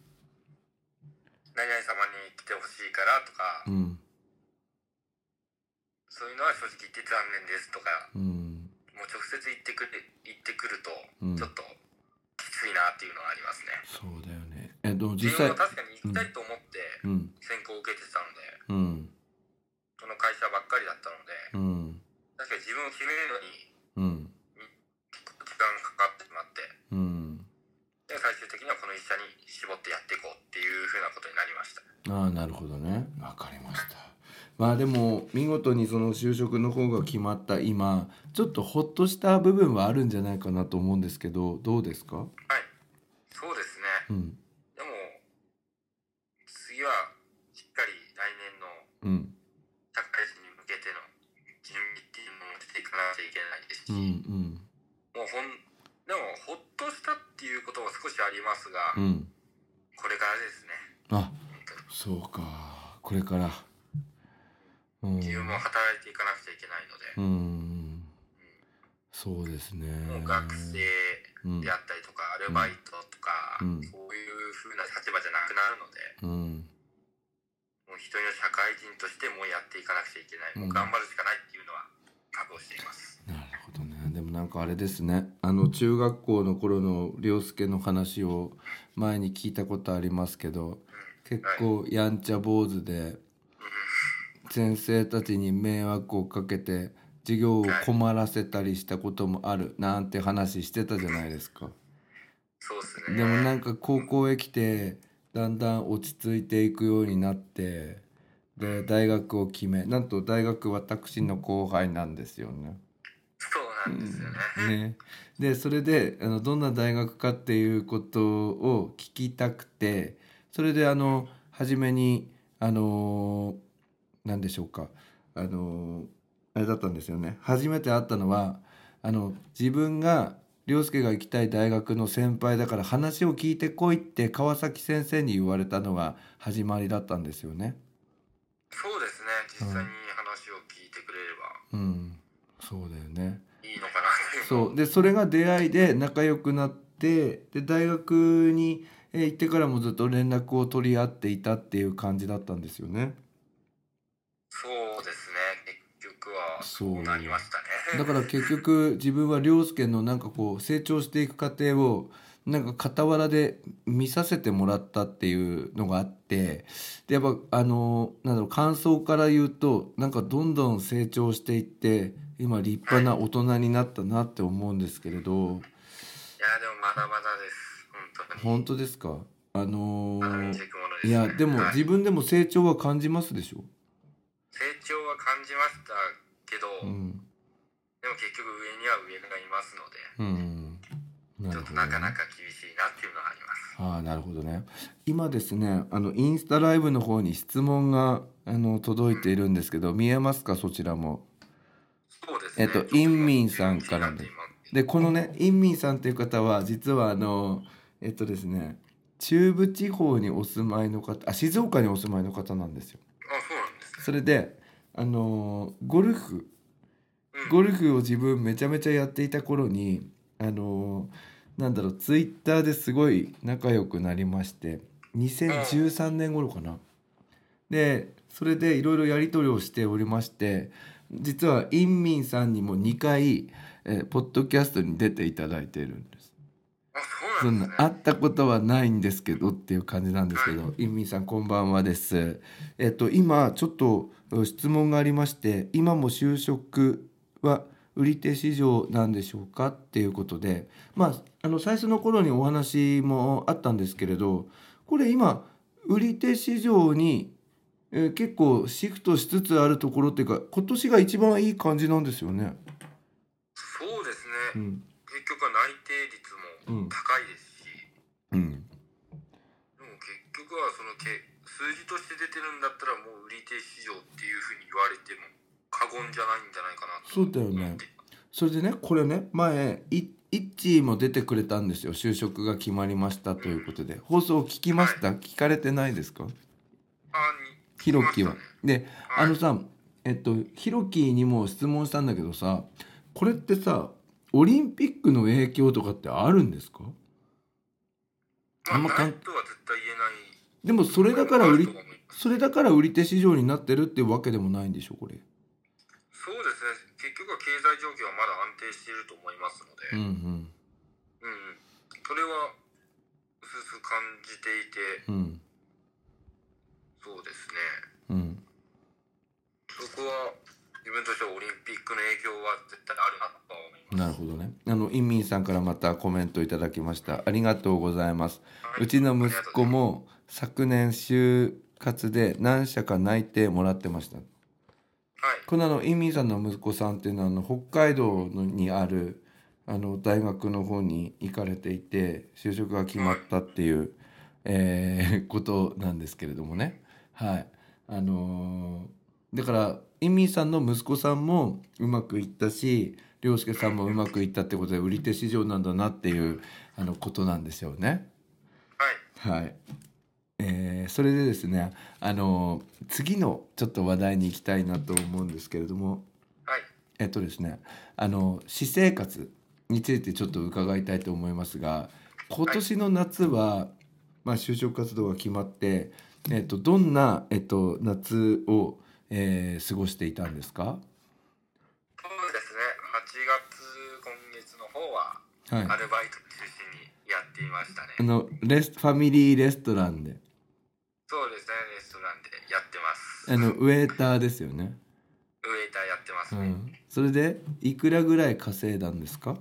S3: 何々様に来てほしいからとか、
S2: うん
S3: そういうのは正直言って残念ですとか
S2: うん、
S3: もう直接言ってくれ言ってくると
S2: うん
S3: ちょっときついなっていうのはありますね、
S2: そうだよねえっと
S3: 自
S2: 実際
S3: 分は確かに行きたいと思って
S2: うん
S3: 選考を受けてたので、
S2: うん
S3: その会社ばっかりだったので
S2: うん
S3: 確かに自分を決めるのに
S2: うん
S3: 結構時間がかかってしまって
S2: うん
S3: で最終的にはこの一社に絞ってやっていこうっていうふうなことになりました
S2: ああなるほどねわかりましたまあでも見事にその就職の方が決まった今ちょっとほっとした部分はあるんじゃないかなと思うんですけどどうですか
S3: はいそうです
S2: う
S3: ね
S2: ん
S3: でも次はしっかり来年の
S2: うん
S3: 社会人に向けての準備っていうのをしていかなきゃいけないです
S2: う
S3: し、
S2: んうん
S3: もうほんでもほっとしたっていうことも少しありますが、
S2: うん
S3: これからですね
S2: あ
S3: 本当に
S2: そうかこれからうん
S3: 自分も働いていかなくちゃいけないので
S2: う、んそうですね
S3: もう学生
S2: うん
S3: であったりとか、アルバイトとか、
S2: うん
S3: そういう風な立場じゃなくなるの
S2: う
S3: で
S2: ん
S3: もう一人の社会人としてもうやっていかなくちゃいけない、
S2: うん
S3: もう頑張るしかないっていうのは覚悟しています
S2: なるほどねでもなんかあれですねあの中学校の頃の涼介の話を前に聞いたことありますけど結構やんちゃ坊主で先生たちに迷惑をかけて授業を困らせたりしたこともあるなんて話してたじゃないですか。
S3: そうですね
S2: でもなんか高校へ来てだんだん落ち着いていくようになってで大学を決めなんと大学私の後輩なんですよね。
S3: そうなんですよね、
S2: ね、でそれであのどんな大学かっていうことを聞きたくてそれであの初めにあの何でしょうかあのあれだったんですよね初めて会ったのはあの自分が凌介が行きたい大学の先輩だから話を聞いてこいって川崎先生に言われたのが始まりだったんですよね。
S3: そうですね実際に話を聞いてくれれ
S2: う
S3: ば
S2: ん、そうだよね
S3: いいのかなっていう
S2: そうでそれが出会いで仲良くなってで大学にえー行ってからもずっと連絡を取り合っていたっていう感じだったんですよね
S3: そうですね結局は
S2: そ
S3: そううなりました
S2: だ
S3: ね
S2: から結局自分は凌介のなんかこう成長していく過程をなんか傍らで見させてもらったっていうのがあってでやっぱあのなんだろう感想から言うとなんかどんどん成長していって今立派な大人になったなって思うんですけれど
S3: [laughs] いやでもまだまだです本当に
S2: 本当ですかあの
S3: まだ
S2: ー
S3: 見ていくものです、
S2: い
S3: ね、
S2: やでも
S3: はい
S2: 自分でも成長は感じますでしょ。
S3: 成長は感じましたけど、
S2: うん。
S3: でも結局上には上がいますので
S2: うん。な
S3: ちょっとなかなか厳しいなっていうのはあります
S2: ああなるほどね。今ですねあのインスタライブの方に質問があの届いているんですけど見えますかそちらも。
S3: そうですね
S2: えっとインミンさんからで
S3: ちょっと今
S2: でこのねインミンさんという方は実はあのえっとですね中部地方にお住まいの方あ静岡にお住まいの方なんですよ
S3: あそうなんです
S2: それであのーゴルフ
S3: うん
S2: ゴルフを自分めちゃめちゃやっていた頃にあのーなんだろうツイッターですごい仲良くなりまして2013年頃かな。でそれでいろいろやり取りをしておりまして実はインミンさんにも2回、えーポッドキャストに出ていただいているんです。
S3: あそ
S2: そ
S3: うんなん
S2: な
S3: ですね
S2: 会ったことはないんですけどっていう感じなんですけど、インミンさんこんばんはです。えっと今ちょっとうん質問がありまして、今も就職は売り手市場なんでしょうかっていうことで、まああの最初の頃にお話もあったんですけれど、これ今売り手市場に、えー結構シフトしつつあるところっていうか、今年が一番いい感じなんですよね。
S3: そうです
S2: う
S3: ね、
S2: ん、
S3: 結局は内定率
S2: うん
S3: も高いですし、
S2: うん、
S3: でも結局はそのけ数字として出てるんだったらもう売り手市場っていうふうに言われても過言じゃないんじゃないかなと
S2: そうだよね。
S3: 思って、
S2: それでねこれね前いイッチーも出てくれたんですよ就職が決まりましたということで放送を聞きました聞かれてないですか
S3: あに
S2: ひろきは
S3: 聞きまし
S2: で
S3: たね
S2: あ
S3: は
S2: の
S3: い
S2: さえっとひろきにも質問したんだけどさこれってさオリンピックの影響とかってあるんですかあんま
S3: ま
S2: か
S3: あ、
S2: ん
S3: ないとは絶対言えない
S2: でもそれだから売り
S3: あると思います
S2: それだから売り手市場になってるってわけでもないんでしょこれ
S3: そうですね結局は経済状況はまだ安定していると思いますの
S2: うん
S3: で、うんそれはうすうす感じてい
S2: う
S3: て
S2: んうん
S3: そうです
S2: う
S3: ね
S2: ん
S3: そこは自分としてはオリンピックの影響は絶対あるなとは思います
S2: なるほどね。あのインミンさんからまたコメントいただきました。ありがとうございます。
S3: はいう
S2: ちの息子も昨年就活で何社か内定もらってました。
S3: はい
S2: このあのインミンさんの息子さんっていうのはあの北海道のにあるあの大学の方に行かれていて就職が決まったっていう、えーことなんですけれどもね。はい。あのーだからインミンさんの息子さんもうまくいったし涼介さんもうまくいったってことで売り手市場なんだなっていうあのことなんですよね。
S3: はい
S2: はい。えーそれでですね、あの次のちょっと話題に行きたいなと思うんですけれども、
S3: はい
S2: えっとですね、あの私生活についてちょっと伺いたいと思いますが、今年の夏は、まあ就職活動が決まって、えっとどんなえっと夏を、えー過ごしていたんですか？
S3: そうですね8月今月の方は
S2: はい
S3: ア。ルバイト中心にやっていました
S2: あ
S3: ね、
S2: のレスファミリーレストランで、
S3: そうですねレストランでやってます
S2: あのウェーターですよね。
S3: ウェイターやってます
S2: う
S3: ね、
S2: ん。それでいくらぐらい稼いだんですか？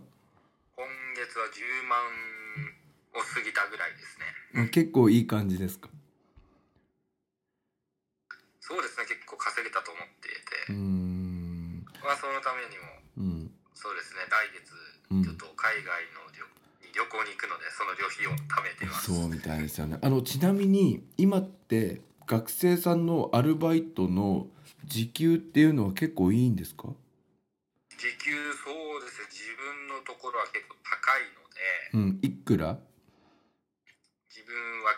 S3: 今月は10万を過ぎたぐらいですね
S2: うん結構いい感じですか。
S3: そうですね結構稼げたと思ってい
S2: ー
S3: うて、
S2: ん。
S3: まあそのためにも
S2: うん。
S3: そうですね来月
S2: うん
S3: ちょっと海外の旅,、旅行に行くのでその旅費を貯めてます
S2: そうみたいですよね。あのちなみに今って学生さんのアルバイトの時給っていうのは結構いいんですか？
S3: 時給そうですね自分のところは結構高いの
S2: うん。
S3: で
S2: いくら？
S3: 自分は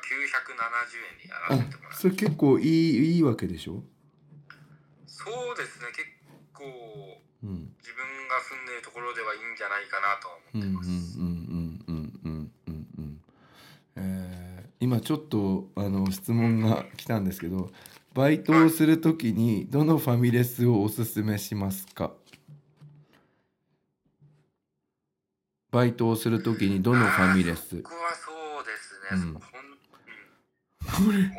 S3: 970円でやら
S2: あ
S3: せてもら、う
S2: それ結構いいいいわけでしょ？
S3: そうですね結構
S2: うん。
S3: 自分が住んでるところではいいんじゃないかなとは
S2: うんう
S3: 思って
S2: んうん
S3: ます、
S2: うんうんうんうんうん。えー今ちょっとあの質問が来たんですけど、バイトをするときにどのファミレスをおすすめしますか？バイトをするときにどのファミレス？
S3: 僕はそう
S2: う
S3: ですね、
S2: ん
S3: その本
S2: これ
S3: 本人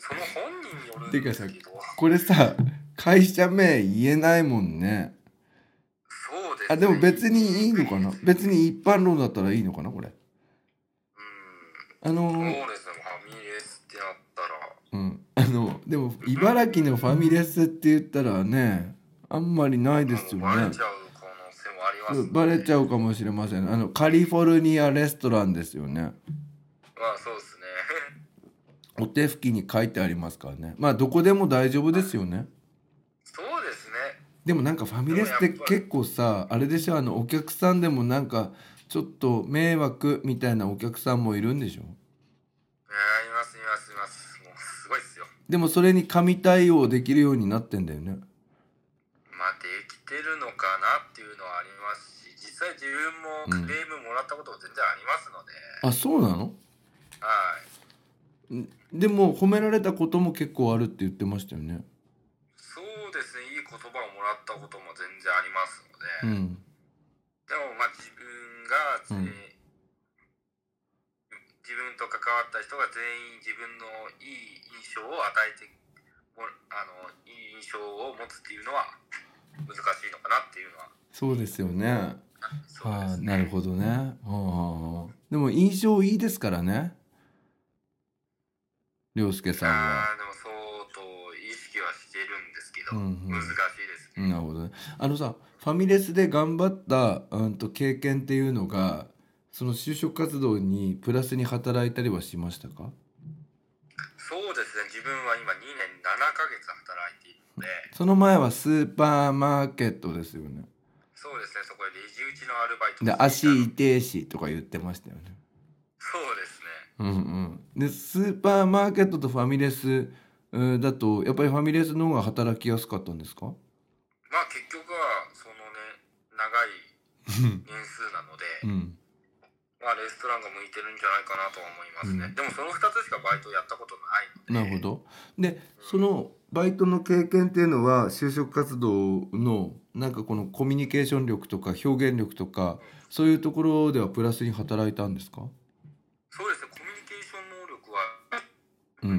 S3: その本人によるん
S2: てか
S3: で
S2: さ
S3: すけど
S2: これさ会社名言えないもんね。
S3: そうですね
S2: あでも別にいいのかな？別に一般論だったらいいのかなこれ？あの
S3: う
S2: ー
S3: んそうですねファミレスってなったら
S2: うん、あのでも茨城のファミレスって言ったらねあんまりないですよ
S3: もうバレ
S2: ね
S3: ちゃう可能性もあります
S2: そうバレちゃうかもしれませんあのカリフォルニアレストランですよね
S3: まあそうですね [laughs]
S2: お手拭きに書いてありますからねまあどこでも大丈夫ですよね
S3: そうですね
S2: でもなんかファミレスって
S3: でもやっぱり
S2: 結構さあれでしょあのお客さんでもなんかちょっと迷惑みたいなお客さんもいるんでしょでもそれに神対応できるようになってんだよね
S3: まあできてるのかなっていうのはありますし実際自分もクレームもらったことも全然ありますので、
S2: あそうなの
S3: はい
S2: でも褒められたことも結構あるって言ってましたよね
S3: そうですねいい言葉をもらったことも全然ありますの
S2: う
S3: で、
S2: ん
S3: でもまあ自分が、
S2: うん
S3: えー自分と関わった人が全員自分のいい印象を与えてもあのいい印象を持つっていうのは難しいのかなっていうのは
S2: そうですよね
S3: そう
S2: は
S3: で
S2: あ、
S3: す
S2: なる
S3: ね
S2: ほどね。はあはあ、でも印象いいですからね。涼介さんは。
S3: あーでも相当意識はしてるんですけど、
S2: うんうん
S3: 難しいですね、
S2: なるほどね。あのさ、ファミレスで頑張った、うんと経験っていうのが。その就職活動にプラスに働いたりはしましたか。
S3: そうですね自分は今2年7ヶ月働いているので、
S2: その前はスーパーマーケットですよね。
S3: そうですねそこでレジ打ちのアルバイトを
S2: で、
S3: し
S2: 足
S3: ていたの
S2: 痛えしとか言ってましたよね。
S3: そうです
S2: う
S3: ね
S2: んうん。で、スーパーマーケットとファミレス。うんだと、やっぱりファミレスの方が働きやすかったんですか。
S3: まあ結局はそのね長い年数なので、
S2: うん。
S3: まあレストランが向いてるんじゃないかなとは思いますね、
S2: うん
S3: でもその2つしかバイトやったことな
S2: な
S3: いの
S2: る
S3: で
S2: ほど。で、そのバイトの経験っていうのは就職活動のなんかこのコミュニケーション力とか表現力とかそういうところではプラスに働いたんですか？
S3: そうですねコミュニケーション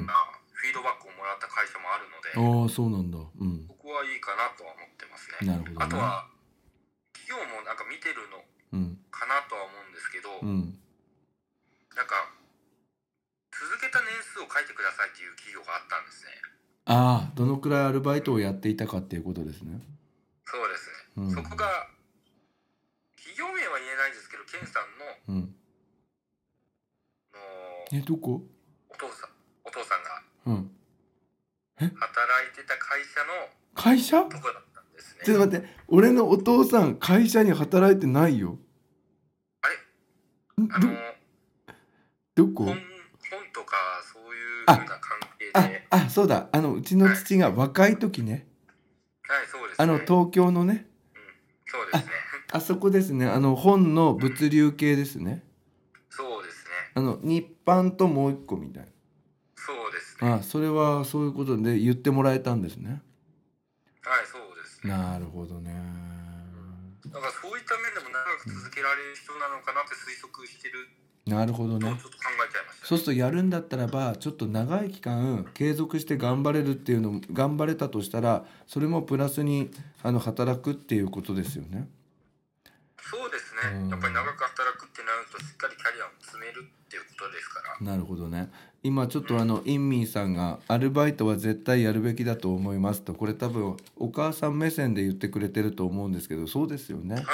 S2: うん。
S3: 能力は、
S2: あ
S3: まあフィードバックをもらった会社もあるので
S2: あー、そうなんだ。うん。
S3: ここはいいかなとは思ってますね
S2: なるほどね
S3: あとは企業もなんか見てるの
S2: うん。
S3: かなとは思うんですけど、
S2: うん。
S3: なんか続けた年数を書いてくださいっていう企業があったんですね
S2: ああ、どのくらいアルバイトをやっていたかっていうことですね。
S3: そうです
S2: う
S3: ね、
S2: ん
S3: そこが企業名は言えないんですけどケンさんの
S2: うん。
S3: の
S2: え、どこ？
S3: お父さんお父さんが
S2: うん。
S3: 働いてた会社の
S2: 会社？
S3: とこだったんです
S2: ちょっ
S3: ね
S2: と待って、俺のお父さん会社に働いてないよ。
S3: あれ
S2: ん
S3: あの
S2: どどこ？
S3: 本本とかそういうふうな関係
S2: あ
S3: で、
S2: あ、そうだ。あのうちの父が若い時ね。
S3: はいそうですね
S2: あの東京のね。
S3: そうですね [laughs]
S2: あそこですね。あの本の物流系ですね。
S3: そうですね
S2: あの日版ともう一個みたい
S3: そうですね
S2: な。あ、それはそういうことで言ってもらえたんですね。
S3: はいそうですね
S2: なるほどね。
S3: だからそういった面でも長く続けられる人なのかなって推測してる
S2: なるほど
S3: とちょ
S2: ね
S3: っ。と考えちゃいました
S2: そうするとやるんだったらばちょっと長い期間継続して頑張れるっていうの頑張れたとしたらそれもプラスにあの働くっていうことですよね。
S3: そうです
S2: う
S3: ね、
S2: ん
S3: やっぱり長く働くってなるとしっかりキャリアを積めるっていうことですから
S2: なるほどね今ちょっとあのインミンさんが「アルバイトは絶対やるべきだと思います」とこれ多分お母さん目線で言ってくれてると思うんですけどそうですよね。
S3: はい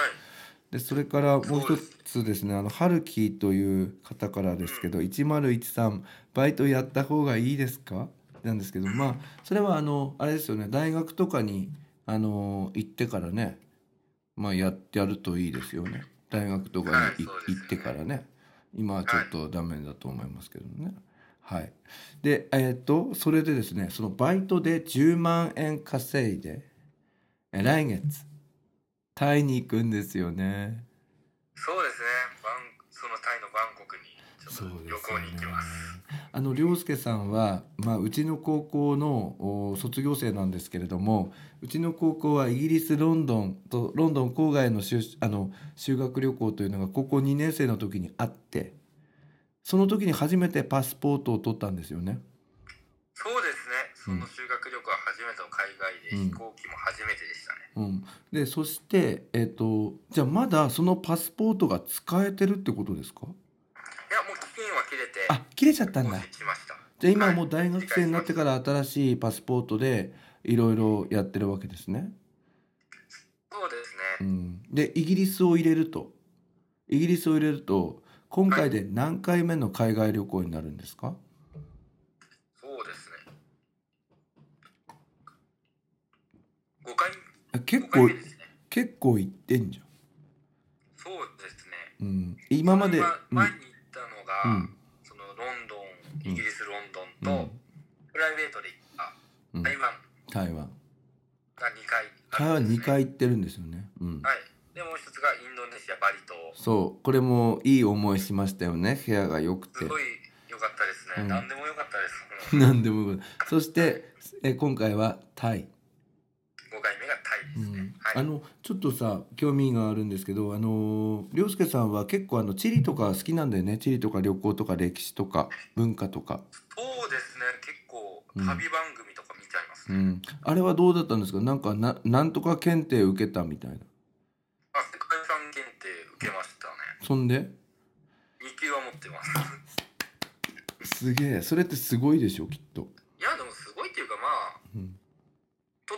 S2: でそれからもう一つですねあのハルキーという方からですけど1013バイトやった方がいいですかなんですけどまあそれはあのあれですよね大学とかにあの行ってからねまあややるといいですよね大学とかにい
S3: はいそうですね
S2: 行ってからね今はちょっとダメだと思いますけどねはいでえっとそれでですねそのバイトで10万円稼いでえ来月タイに行くんですよね。
S3: そうですねバンそのタイのバンコクにちょっと旅行に行きます
S2: あの涼介さんは、まあ、うちの高校のお卒業生なんですけれどもうちの高校はイギリスロンドンとロンドン郊外の修あの修学旅行というのが高校2年生の時にあってその時に初めてパスポートを取ったんですよね。
S3: そうですねその修学旅行は初めての海外で、
S2: うん
S3: 飛行機も初めてでしたね
S2: うん、でそして、えっとじゃあまだそのパスポートが使えてるってことですか
S3: いやもう期限は切れて
S2: あ切れちゃったん
S3: 更
S2: だ
S3: 新しました
S2: じゃあ今はもう大学生になってから新しいパスポートでいろいろやってるわけですね。
S3: そうです
S2: う
S3: ね、
S2: ん、でイギリスを入れるとイギリスを入れると今回で何回目の海外旅行になるんですか、
S3: そうですね5回
S2: え結
S3: 5回
S2: 構
S3: 目ですね
S2: 結構行ってんじ
S3: そうですね
S2: ゃん、うん、今まで、
S3: その
S2: う
S3: 前前に行ったのが、
S2: ん
S3: そのロンドンイギリス・ロンドンと、
S2: うん
S3: プライベートで
S2: うん
S3: 台湾
S2: 台湾
S3: が2回
S2: 台
S3: ある
S2: 湾
S3: んですね
S2: 2回行ってるんですよね、うん、
S3: はいでもう一つがインドネシアバリ島
S2: そうこれもいい思いしましたよね部屋が良く
S3: す
S2: て
S3: ごい良かったですね、
S2: うん
S3: 何でも良かったですこの
S2: 何でもよかった [laughs] そしてえ今回はタイ
S3: 5回目がタイ
S2: う
S3: ですね、
S2: ん
S3: はい
S2: あのちょっとさ興味があるんですけどあのー涼介さんは結構あの地理とか好きなんだよね地理とか旅行とか歴史とか文化とか、
S3: そうですね結構
S2: うん
S3: 旅番組とか見ちゃいます
S2: う
S3: ね、
S2: ん、あれはどうだったんですかなんかななんとか検定受けたみたいな
S3: あ世界遺産検定受けましたね
S2: そんで
S3: 2級は持ってますい
S2: すげえそれってすごいでしょきっと、
S3: やでもすごいっていうかまあ
S2: うん、
S3: と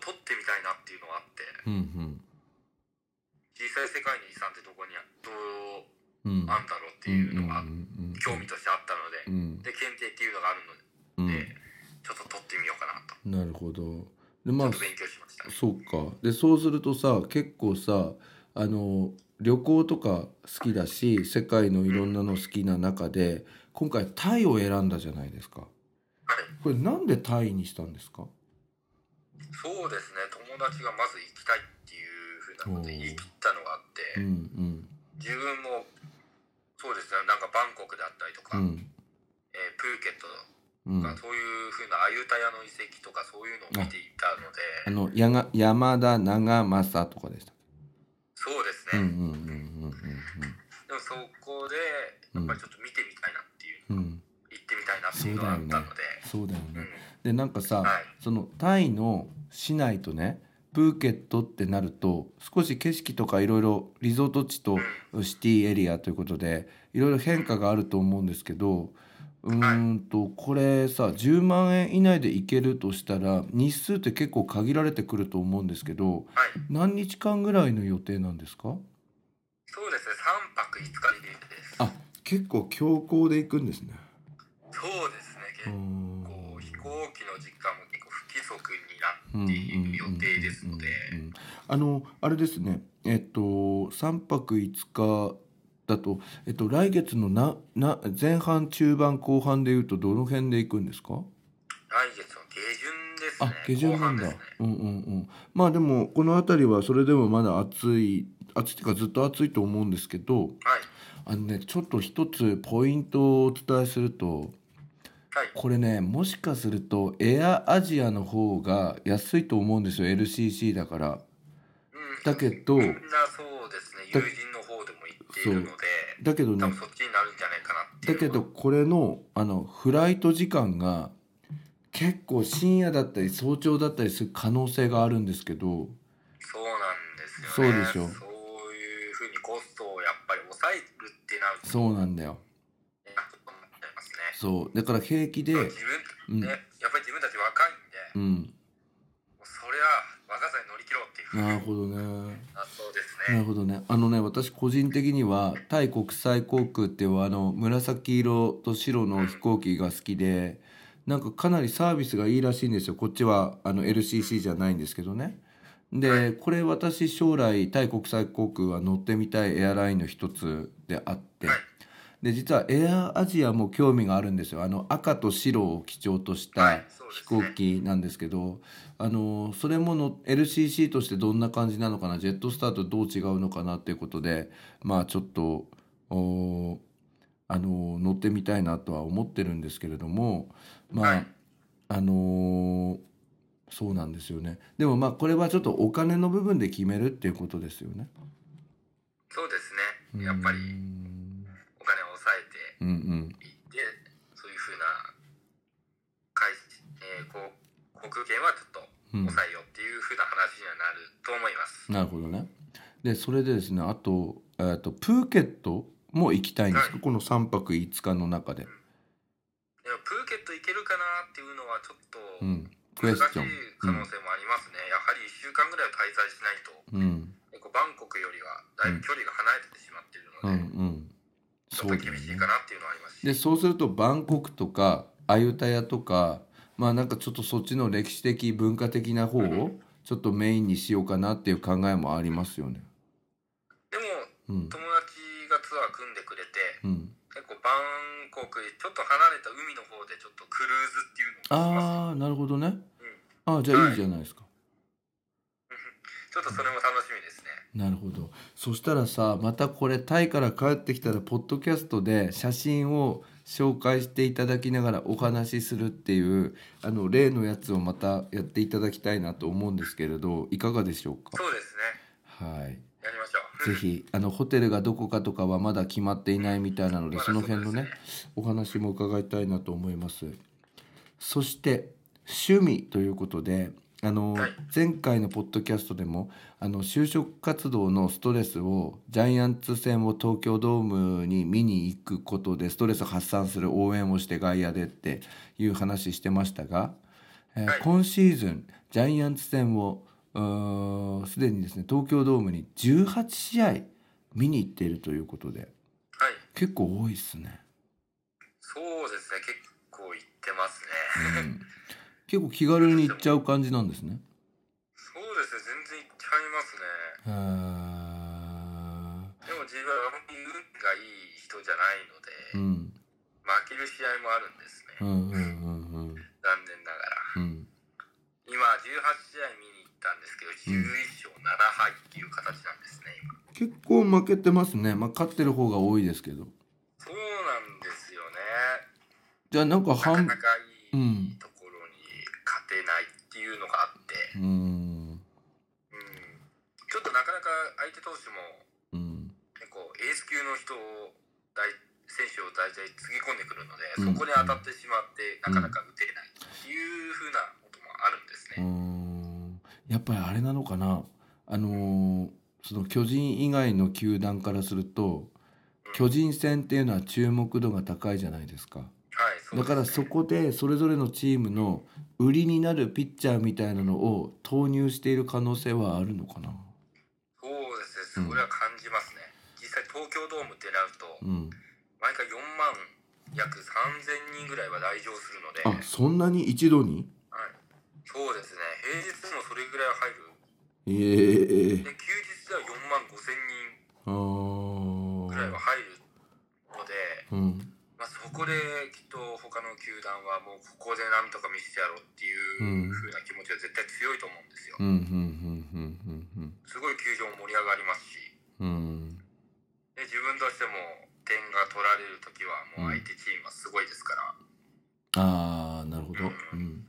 S3: 取ってみたいなっていうのはあって
S2: うんうん
S3: 実際世界の遺産ってどこにあどう
S2: うん
S3: あんだろうっていうのが
S2: うん
S3: 興味としてあったの
S2: う
S3: で、
S2: ん
S3: で検定っていうのがある
S2: う
S3: の
S2: ん
S3: で、ちょっと取ってみようかな
S2: な
S3: と、
S2: るほどでまあ
S3: ちょっと勉強しましたね
S2: そうかでそうするとさ結構さあの旅行とか好きだし世界のいろんなの好きな中で今回タイを選んだじゃないですか
S3: はい
S2: これなんでタイにしたんですか
S3: そうですね友達がまず行きたいっていうふうなことで
S2: おー
S3: 言い切ったのがあって、
S2: うん
S3: 自分もそうですねなんかバンコクであったりと
S2: う
S3: か、
S2: ん
S3: えープーケット
S2: うんう
S3: とか、
S2: ん
S3: そういうふうなアユタヤの遺跡とかそういうのを見ていたの
S2: あの
S3: で
S2: やが山田長政とかでした
S3: そうです
S2: うんうんうんう
S3: ね、
S2: ん
S3: でもそこで
S2: う
S3: や
S2: ん
S3: っぱりちょっと見てみたいなってい
S2: う
S3: う、
S2: んうんうん
S3: 行ってみたいなっていうのがあったので
S2: そうだよ
S3: う
S2: ね
S3: ん
S2: でなんかさ、
S3: はい
S2: そのタイの市内とねプーケットってなると少し景色とかいろいろリゾート地とシティエリアということでいろいろ変化があると思うんですけどうーんとこれさ10万円以内で行けるとしたら日数って結構限られてくると思うんですけど
S3: はい
S2: 何日間ぐらいの予定なんですか
S3: そうですね3泊5日でです
S2: あ結構強行で行くんですね。
S3: そうです
S2: う
S3: ね
S2: ー
S3: 結
S2: ん
S3: 構飛行機の時間も結構不規則になっている予定ですので
S2: うんうんうんうんあのあれですねえっと三泊五日だとえっと来月のなな前半中盤後半でいうとどの辺で行くんですか？
S3: 来月の下旬です
S2: あ
S3: ね
S2: 下旬なんだ。
S3: 後半ですね
S2: うんうんうん。まあでもこの辺りはそれでもまだ暑い暑いっていうかずっと暑いと思うんですけど、
S3: はい
S2: あのねちょっと一つポイントをお伝えすると。
S3: はい
S2: これねもしかするとエアアジアの方が安いと思うんですよ LCC だから
S3: うん
S2: だけど
S3: みんなそうですね
S2: だ
S3: 友人の方でも行っているので
S2: だけど
S3: 多
S2: ね
S3: 分そっちになるんじゃないかなって
S2: だ
S3: いう
S2: けどこれのあのフライト時間が結構深夜だったり早朝だったりする可能性があるんですけど
S3: そうなんですよね
S2: そうでしょ
S3: そういうふうにコストをやっぱり抑えるってなると
S2: そうなんだよ
S3: ねちょっとなっちゃいますね
S2: そうだから平気で
S3: まあ自
S2: うん
S3: 分、ねやっぱり自分たち若いんで、
S2: うん
S3: もうそりゃ若さに乗り切ろうっていう
S2: なるほどね
S3: あそうです
S2: なる
S3: ね
S2: ほどねあのね私個人的にはタイ国際航空っていうあの紫色と白の飛行機が好きでなんかかなりサービスがいいらしいんですよこっちはあの LCC じゃないんですけどね
S3: は
S2: でこれ私将来タイ国際航空は乗ってみたいエアラインの一つであって
S3: はい
S2: で実はエアアジアも興味があるんですよあの赤と白を基調とした
S3: はいそうです
S2: 飛
S3: ね
S2: 行機なんですけど、あのそれもの LCC としてどんな感じなのかなジェットスターとどう違うのかなっていうことでまあちょっとおーあの乗ってみたいなとは思ってるんですけれどもまあ、
S3: はい
S2: あのーそうなんですよねでもまあこれはちょっとお金の部分で決めるっていうことですよね。
S3: そうですねやっぱり
S2: うん
S3: お金を抑え
S2: う
S3: て
S2: んうん
S3: いってそういうふうな会、えー、こう航空券はちょっと
S2: うん
S3: 抑えようっていうふうな話にはなると思います、
S2: なるほどね。でそれでですねあと,、えー、とプーケットも行きたいんですか、
S3: はい
S2: この3泊5日の中で。
S3: でもプーケット行けるかなっていうのはちょっと
S2: うん、クエ
S3: 難し
S2: ス
S3: い
S2: チョン。
S3: 可能性もありますね、やはり1週間ぐらいは滞在しないと
S2: うん
S3: 結構バンコクよりはだいぶ距離が離れてしまっている
S2: うんう
S3: ので、
S2: ん。
S3: ち
S2: そ
S3: ょ
S2: うだ
S3: っと
S2: よ
S3: 厳
S2: ね
S3: しいかなっていうのはありますし、
S2: でそうするとバンコクとかアユタヤとかまあなんかちょっとそっちの歴史的文化的な方をちょっとメインにしようかなっていう考えもありますよね。
S3: でも
S2: うん
S3: 友達がツアー組んでくれて
S2: うん、
S3: 結構バンコクちょっと離れた海の方でちょっとクルーズっていうのをします
S2: ああなるほどね。
S3: う
S2: ああじゃあいいじゃないですか。
S3: ちょっとそれも楽しみですね。
S2: なるほどそしたらさまたこれタイから帰ってきたらポッドキャストで写真を紹介していただきながらお話しするっていうあの例のやつをまたやっていただきたいなと思うんですけれどいかがでしょうか
S3: そうですね。
S2: はい
S3: やりましょう。
S2: ぜひあのホテルがどこかとかはまだ決まっていないみたいなので
S3: まだ
S2: その辺の
S3: そう
S2: ね
S3: で
S2: お話も伺いたいなと思いますそして趣味ということであの、
S3: はい
S2: 前回のポッドキャストでもあの就職活動のストレスをジャイアンツ戦を東京ドームに見に行くことでストレス発散する応援をして外野でっていう話してましたが、えー
S3: はい
S2: 今シーズンジャイアンツ戦をうーんすでにですね東京ドームに18試合見に行っているということで
S3: はい。
S2: 結構多いですね、
S3: そうですね。結構行ってます
S2: う
S3: ね。 [laughs]
S2: ん、結構気軽に行っちゃう感じなんですね
S3: そうですね。全然行っちゃいますね。
S2: へー
S3: でも自分はあんまり運がいい人じゃないの
S2: う
S3: で、
S2: ん
S3: 負ける試合もあるんです
S2: う
S3: ね。
S2: んうんうん
S3: 残念ながら。
S2: うんうん
S3: 今18試合見に行ったんですけど11勝7敗っていう形なんですね
S2: 結
S3: 今
S2: 構負けてますねまあ勝ってる方が多いですけど
S3: そうなんですよね
S2: じゃあなんか
S3: な
S2: 半
S3: かなかい
S2: うん
S3: いところに勝てないっていうのがあって、
S2: うーん
S3: うん、ちょっとなかなか相手投手も
S2: うん
S3: 結構エース級の人を大選手を大体つぎ込んでくるので、
S2: うん
S3: そこに当たってしまってなかなか打てないっていうふうなこともあるんです
S2: うー
S3: ね、
S2: んやっぱりあれなのかなあのーその巨人以外の球団からすると巨人戦っていうのは注目度が高いじゃないですか
S3: はいそうで
S2: だ
S3: すね
S2: からそこでそれぞれのチームの売りになるピッチャーみたいなのを投入している可能性はあるのかな
S3: そうです
S2: う
S3: ね
S2: ん
S3: それは感じますね、実際東京ドームってなると、
S2: うん
S3: 毎回4万約3000人ぐらいは来場するので、
S2: あそんなに一度に
S3: はい、そうですね平日もそれぐらいは入
S2: ええ
S3: るで休日では4万5000人
S2: あー
S3: ぐらいは入るの
S2: う
S3: で、
S2: ん
S3: まあ、そこできっと他の球団はもうここでなんとか見せてやろうっていう風な気持ちは絶対強いと思うんです
S2: う
S3: よ
S2: んうんうんうん
S3: すごい球場も盛り上がりますし
S2: うんうん
S3: で自分としても点が取られる時はもう相手チームはすごいですから
S2: ああなるほどうん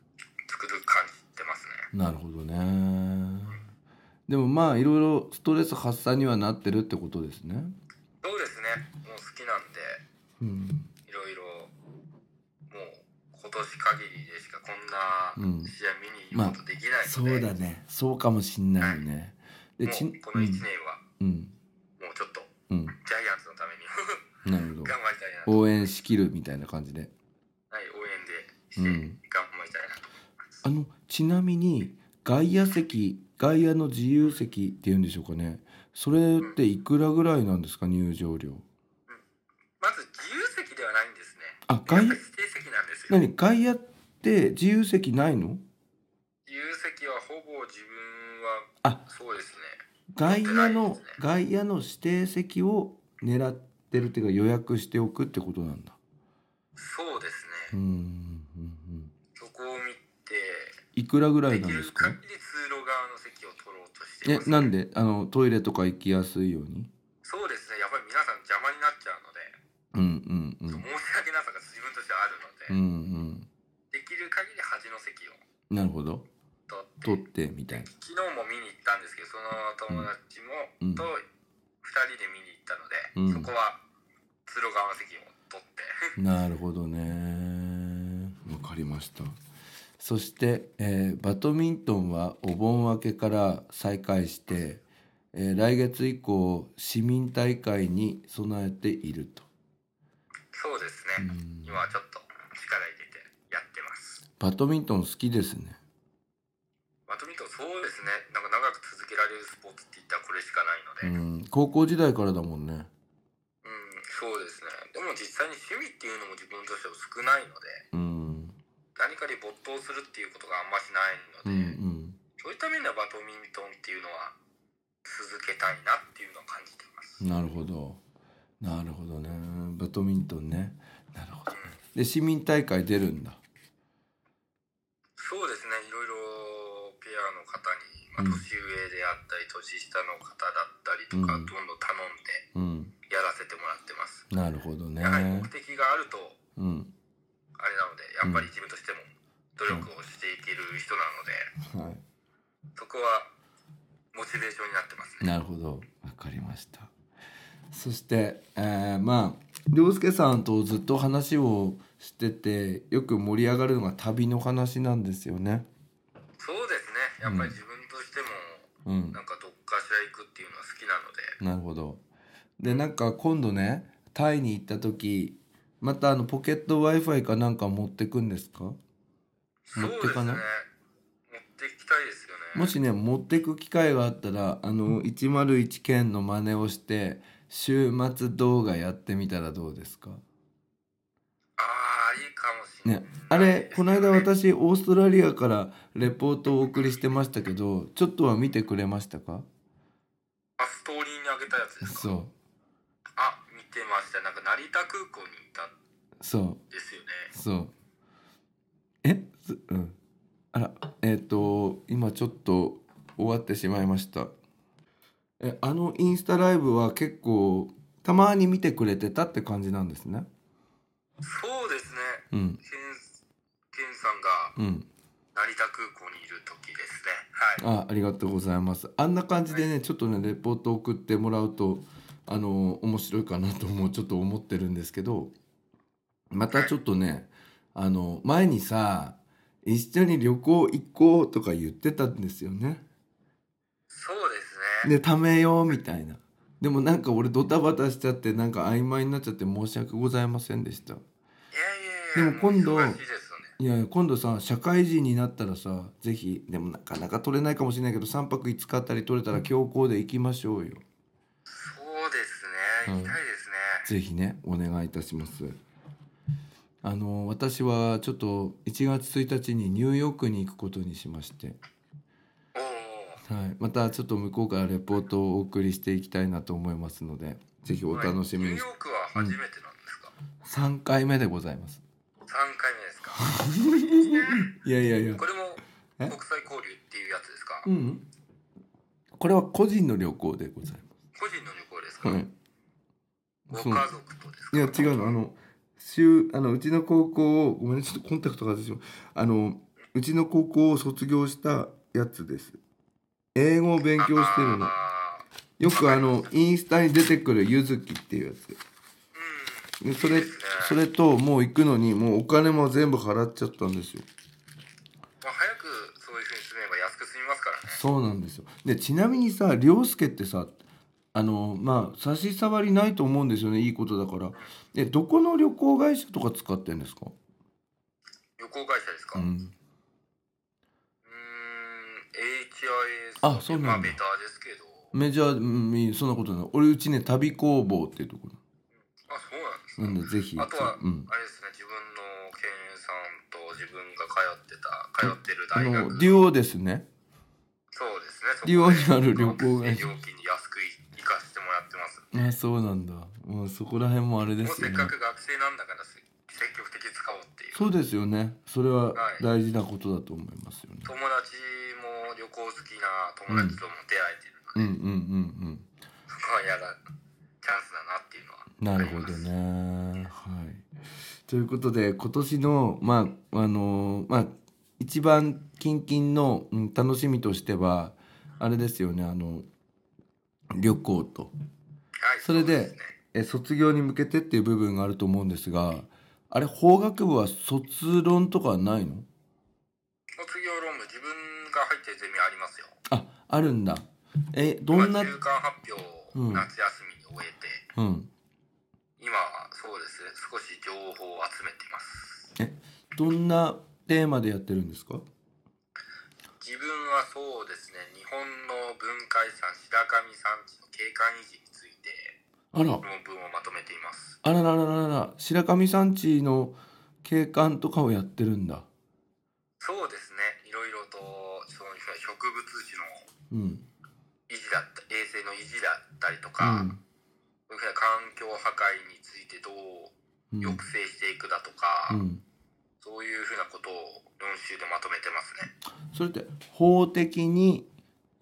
S3: つくづく感じてますね
S2: なるほどねでもまあいろいろストレス発散にはなってるってことですね
S3: そうですねもう好きなんで
S2: うん
S3: いろいろもう今年限りでしかこんな
S2: うん
S3: 試合見に行くことできない
S2: そ
S3: ので、
S2: うだねそうかもしんないよねでち
S3: もうこの1年は
S2: うん
S3: もうちょっと
S2: うん
S3: ジャイアンツのために [laughs]
S2: うんなるほ
S3: 頑張りたいなと、
S2: ど応援しきるみたいな感じで
S3: はい、応援でし
S2: うん
S3: て頑張りたいなと、
S2: あのちなみに外野席外野の自由席っていうんでしょうかねそれっていくらぐらいなんですか入場料
S3: まず自由席ではないんですね
S2: あ
S3: や
S2: 外
S3: っ
S2: 野
S3: ぱり指定席なんですよ
S2: 何外野って自由席ないの
S3: 自由席はほぼ自分は
S2: あ
S3: そうですね
S2: 外野
S3: 持ってない
S2: の
S3: ですね
S2: 外野の指定席を狙ってるっていうか予約しておくってことなんだ
S3: そうです
S2: う
S3: ね、
S2: んうんうん
S3: そこを見て
S2: いくらぐら
S3: で
S2: い
S3: き
S2: なんで
S3: る
S2: すか
S3: 限り通路側の席を取ろうとして
S2: え
S3: ます、
S2: なんであのトイレとか行きやすいように
S3: そうですねやっぱり皆さん邪魔になっちゃうので
S2: うんうんう
S3: 申
S2: ん
S3: し訳なさが自分としてはあるので、
S2: うんうん
S3: できる限り端の席を
S2: なるほど取
S3: 取
S2: っ
S3: って
S2: てみたいな
S3: 昨日も見に行ったんですけどその友達も、
S2: うん
S3: と2人で見に行ったので、
S2: うん
S3: そこは通路側の席を取って [laughs]
S2: なるほどねわかりましたそして、えーバドミントンはお盆明けから再開して、えー来月以降市民大会に備えていると
S3: そうですね、
S2: うん
S3: 今はちょっと力入れてやってます
S2: バドミントン好きですね
S3: バドミントンそうですねなんか長く続けられるスポーツって言ったらこれしかないうので、うん
S2: ん高校時代からだもんね
S3: そうですねでも実際に趣味っていうのも自分としては少ないので
S2: うん
S3: 何かに没頭するっていうことがあんましない
S2: う
S3: ので、
S2: ん
S3: そういった面ではバドミントンっていうのは続けたいなっていうのを感じてま
S2: う
S3: す。
S2: んなるほどなるほどねバドミントンねなるほどねで市民大会出るんだ
S3: そうですね、いろいろまあ、
S2: うん
S3: 年上であったり年下の方だったりとか、
S2: うん
S3: どんどん頼
S2: う
S3: んで
S2: ん
S3: やらせてもらってます、
S2: なるほどね
S3: やはり目的があると
S2: うん
S3: あれなのでやっぱり自分としても努力をしていける人なので、
S2: は
S3: そこはモチベーションになってます
S2: い
S3: ね
S2: なるほどわかりましたそして、えー、まあ涼介さんとずっと話をしててよく盛り上がるのが旅の話なんですよね
S3: そうですねやっぱり自分として
S2: う
S3: も
S2: ん
S3: なんかどっかしら行くっていうのは好きなので
S2: なるほどでなんか今度ねタイに行った時またあのポケット w i f i かなんか持ってくんですか
S3: そう
S2: 持っ
S3: で
S2: て
S3: す
S2: かな
S3: ね持ってきたいですよね
S2: もしね持ってく機会があったらあの101件の真似をして週末動画やってみたらどうですか
S3: ああいいかもしれない、
S2: ねあれこの間私オーストラリアからレポートをお送りしてましたけどちょっとは見てくれましたか
S3: あストーリーにあげたやつですか
S2: そう
S3: あ見てましたなんか成田空港にいたん
S2: そう
S3: ですよね
S2: そう。え、すうん。あら、えっ、と、今ちょっと終わってしまいました。え、あのインスタライブは結構、たまに見てくれてたって感じなんですね。
S3: そうですね
S2: うん、
S3: ケンケンさんが
S2: うん。
S3: 成田空港にいる時ですねはい
S2: あ、ありがとうございます。あんな感じでね、ちょっとね、レポート送ってもらうと、あの、面白いかなともち [laughs] ょっと思ってるんですけど、またちょっとね、あの、前にさ、一緒に旅行行こうとか言ってたんですよね。
S3: そうですね
S2: で貯めようみたいなでもなんか俺ドタバタしちゃってなんか曖昧になっちゃって申し訳ございませんでした
S3: いやい
S2: で
S3: やいや
S2: も今度
S3: う忙しいですよね
S2: いやいや今度さ社会人になったらさ是非でもなかなか取れないかもしれないけど3泊5日あたり取れたら強行で行きましょうよ
S3: そうです
S2: うん
S3: ね行きたいですね、
S2: 是非ねお願いいたしますあの私はちょっと1月1日にニューヨークに行くことにしまして、
S3: おお
S2: はい、またちょっと向こうからレポートをお送りしていきたいなと思いますので是非お楽しみに
S3: ニューヨークは初めてなんですか、
S2: 3回目でござい [laughs] ます
S3: 三3回目ですか
S2: いやいやいや
S3: これも
S2: え
S3: 国際交流っていうやつですか
S2: うん。これは個人の旅行でござい
S3: 個人の旅行ですか、
S2: ます。はい。
S3: ご
S2: そう
S3: 家族とですか
S2: いや違うのあの週あのうちの高校をごめんねちょっとコンタクト外してしまうあのうちの高校を卒業したやつです。英語を勉強してるの。
S3: あー
S2: よくあのインスタに出てくるゆずきっていうや
S3: う
S2: つ。でそれそれともう行くのにもうお金も全部払っちゃったんですよ。
S3: ん、まあ、早くそういうふうに住めば安く済みますからね
S2: そうなんですよでちなみにさ涼介ってさあのまあ差し障りないと思うんですよねいいことだからでどこの旅行会社とか使ってんですか、
S3: 旅行会社ですか
S2: う
S3: うーん
S2: ん、
S3: HIS
S2: あそうなんだ
S3: まあベターですけど
S2: メジャーうんいいそんなことない俺うちね旅工房っていうとこ
S3: あそうな
S2: ろな
S3: んですね
S2: んでぜひ
S3: あとは、
S2: うん、
S3: あれですね自分の研さんと自分が通ってた通ってる
S2: あ
S3: 大学
S2: のデュオですね
S3: そうですねそこで
S2: リオにある旅行会社
S3: 学生料金に安く行かせてもらってま
S2: あ
S3: す
S2: そうなんだもうそこら辺もあれで
S3: もう
S2: すよ
S3: せ
S2: ね
S3: っかく学生なんだからせ積極的に使おうっていう
S2: そうですよねそれは
S3: はい
S2: 大事なことだと思いますよね
S3: 友達も旅行好きな友達とも出会えてるので、
S2: うんうんうんうん
S3: そこはやらチャンスだなっていうの
S2: な
S3: は
S2: るほどね。はい、ということで今年のまああのまあ一番近々の、うん、楽しみとしてはあれですよねあの旅行と
S3: はい
S2: それで
S3: うすね
S2: え卒業に向けてっていう部分があると思うんですがあれ法学部は卒論とかはないの
S3: 卒業論文自分が入ってるゼミありますよ
S2: ああるんだ。えどんな
S3: 今中間発表を
S2: うん
S3: 夏休みに終えて、
S2: うん
S3: 今はそうですね少し情報を集めてます
S2: どんなテーマでやってるんですか
S3: 自分はそうですね日本の文化遺産白神山地の景観維持について
S2: あら
S3: 論文をまとめています
S2: あらららららら白神山地の景観とかをやってるんだ。
S3: そうですねいろいろとその植物種の
S2: うん。
S3: 維持だった衛生の維持だったりと
S2: う
S3: か、
S2: ん
S3: そういうふうな環境破壊についてどう
S2: うん
S3: 抑制していくだとか、
S2: うん。
S3: そういうふうなことを論集でまとめてますね
S2: それって法的に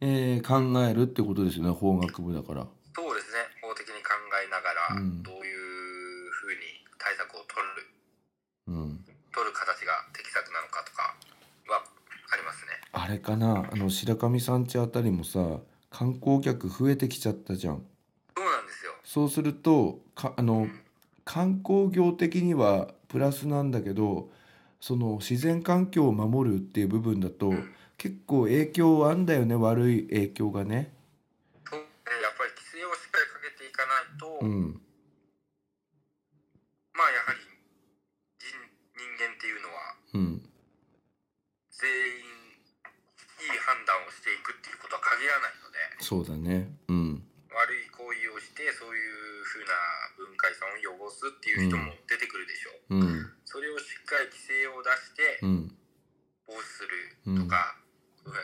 S2: えー考えるってことですよね法学部だから。
S3: そうですね法的に考えなが
S2: う
S3: ら
S2: ん
S3: どういうふうに対策を取る
S2: うん、
S3: 取る形が適切なのかとかはありますね
S2: あれかなあの白神山地あたりもさ観光客増えてきちゃったじゃん。
S3: そうなんですよ
S2: そうするとかあの観光業的にはプラスなんだけどその自然環境を守るっていう部分だと結構影響あんだよね悪い影響がね。
S3: そうやっぱり規制をしっかりかけていかないと、
S2: うん、
S3: まあやはり人人間っていうのは
S2: うん、
S3: 全員いい判断をしていくっていうことは限らないので
S2: そうだね。うん、
S3: 悪い行為をしてそういうふうな文化遺産を汚すっていう人も出てくるでしょ
S2: うん、
S3: う、それをしっかり規制を出して
S2: うん、
S3: 防止するとか、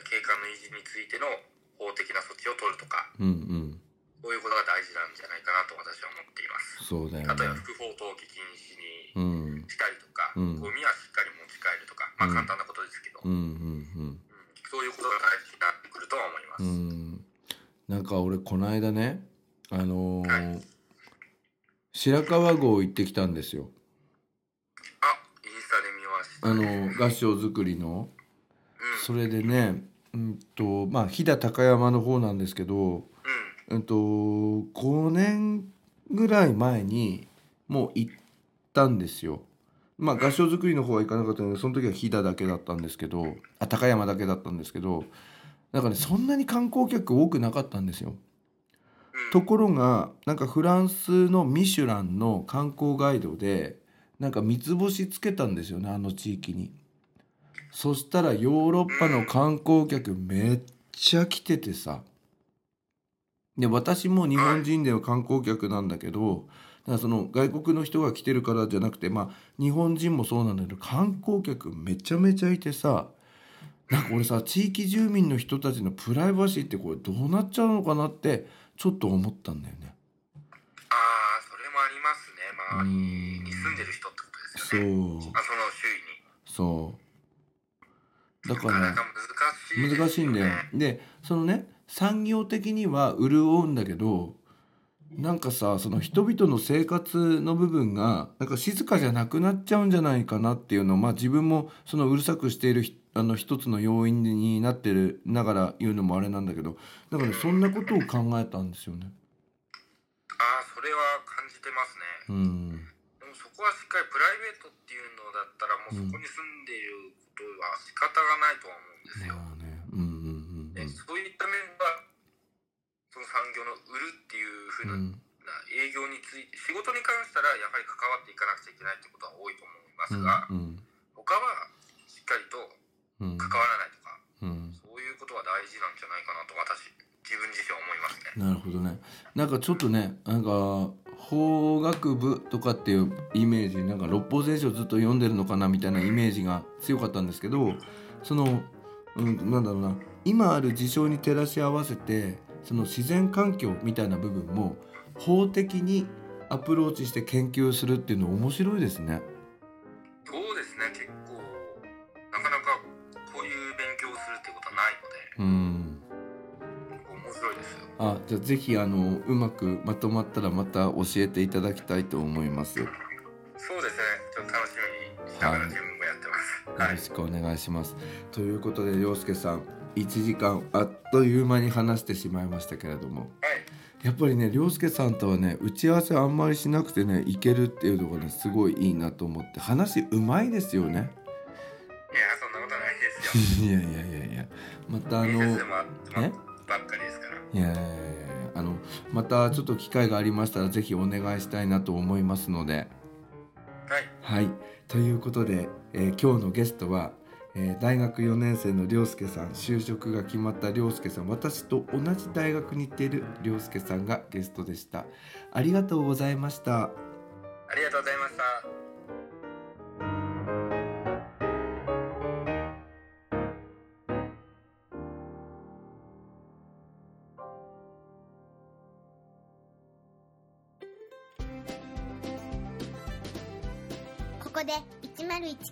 S3: 景観の維持についての法的な措置を取るとか
S2: うん、うん、
S3: そういうことが大事なんじゃないかなと私は思っています
S2: そうだよ
S3: 例
S2: ね
S3: えば。不法投棄禁止に
S2: うん、
S3: したりとか、
S2: うん
S3: ゴミはしっかり持ち帰るとか、まあ、
S2: うん
S3: 簡単なことですけど、
S2: うん、うん、
S3: うんそういうことが大事になってくるとは思いま
S2: うん、
S3: す。
S2: うん。なんか俺この間ね、あのー白川郷行ってきたんですよ。
S3: あインスタで見ました
S2: あの
S3: ね、
S2: ー合掌造りの。
S3: うん
S2: それでね、うんとまあ飛騨高山の方なんですけど、
S3: うん
S2: うんと5年ぐらい前にもう行ったんですよ。まあ合掌造りの方は行かなかったのでその時は飛騨だけだったんですけどあ高山だけだったんですけどなんかねそんなに観光客多くなかったんですよ。
S3: うん
S2: ところがなんかフランスの「ミシュラン」の観光ガイドでなんか三つ星つけたんですよねあの地域に。そしたらヨーロッパの観光客めっちゃ来ててさ。で私も日本人では観光客なんだけどだからその外国の人が来てるからじゃなくてまあ日本人もそうなんだけど観光客めちゃめちゃいてさなんか俺さ地域住民の人たちのプライバシーってこれどうなっちゃうのかなってちょっと思ったんだよね。
S3: ああそれもありますね周りに住んでる人ってことです
S2: そ
S3: よね
S2: う
S3: あその周囲に
S2: そうだ
S3: な
S2: か
S3: からなか難しい
S2: 難しいんだよ
S3: ね。
S2: でそのね産業的には潤うんだけどなんかさその人々の生活の部分がなんか静かじゃなくなっちゃうんじゃないかなっていうのを、まあ、自分もそのうるさくしているひあの一つの要因になってるながら言うのもあれなんだけどだから、ね、そんなことを考えたんですよね。
S3: ああそれは感じてます
S2: う
S3: ね
S2: ん
S3: でもそこはしっかりプライベートっていうのだったらもうそこに住んでいることは仕方がないとは思うん
S2: まあねうんうん
S3: ですよ、でそういった面がその産業の売るっていうふ
S2: うんう
S3: うな、
S2: ん
S3: 営業について仕事に関したらやはり関わっていかなくちゃいけないってことは多いと思いま
S2: うん
S3: すが、
S2: うん
S3: 他はしっかりと
S2: うん
S3: 関わらないとか、
S2: うん
S3: そういうことは大事なんじゃないかなと私自分自身は思いますね。
S2: なるほどねなんかちょっとねなんか法学部とかっていうイメージなんか六法全書をずっと読んでるのかなみたいなイメージが強かったんですけどその、うん、なんだろうな今ある事象に照らし合わせてその自然環境みたいな部分も法的にアプローチして研究するっていうの面白いですね。
S3: そうですね結構なかなかこういう勉強をするってことはないので
S2: うん
S3: 結構面白いですよ。
S2: あじゃあぜひあのうまくまとまったらまた教えていただきたいと思います。よ
S3: そうですねちょっと楽しみにしながら自分もやってます。はい、
S2: ろしくお願いします。ということで陽介さん1時間あっという間に話してしまいましたけれども
S3: はい
S2: やっぱりね涼介さんとはね打ち合わせあんまりしなくてねいけるっていうのがねすごいいいなと思って話うまいですよね。 [laughs]
S3: いやそんなことはないですよ。
S2: いやいやいやいやまたあのい
S3: 面
S2: やい
S3: 接で [laughs] もあってば
S2: え
S3: っかりですから。
S2: やいやいやあのまたちょっと機会がありましたらぜひお願いしたいなと思いますので。
S3: はい
S2: はい、ということで、えー今日のゲストは、えー大学4年生の涼介さん就職が決まった涼介さん私と同じ大学に行っている涼介さんがゲストでしたありがとうございました
S3: ありがとうございました。
S1: ここで101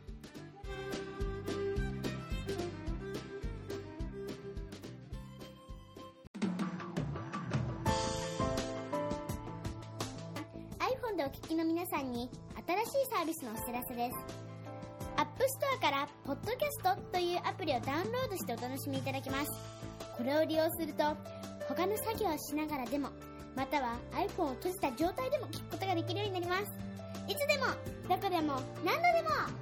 S1: でお聞きの皆さんに新しいサービスのお知らせです。App Store から「Podcast」というアプリをダウンロードしてお楽しみいただけます。これを利用すると他の作業をしながらでもまたは iPhone を閉じた状態でも聞くことができるようになります。いつでもどこでも何度でも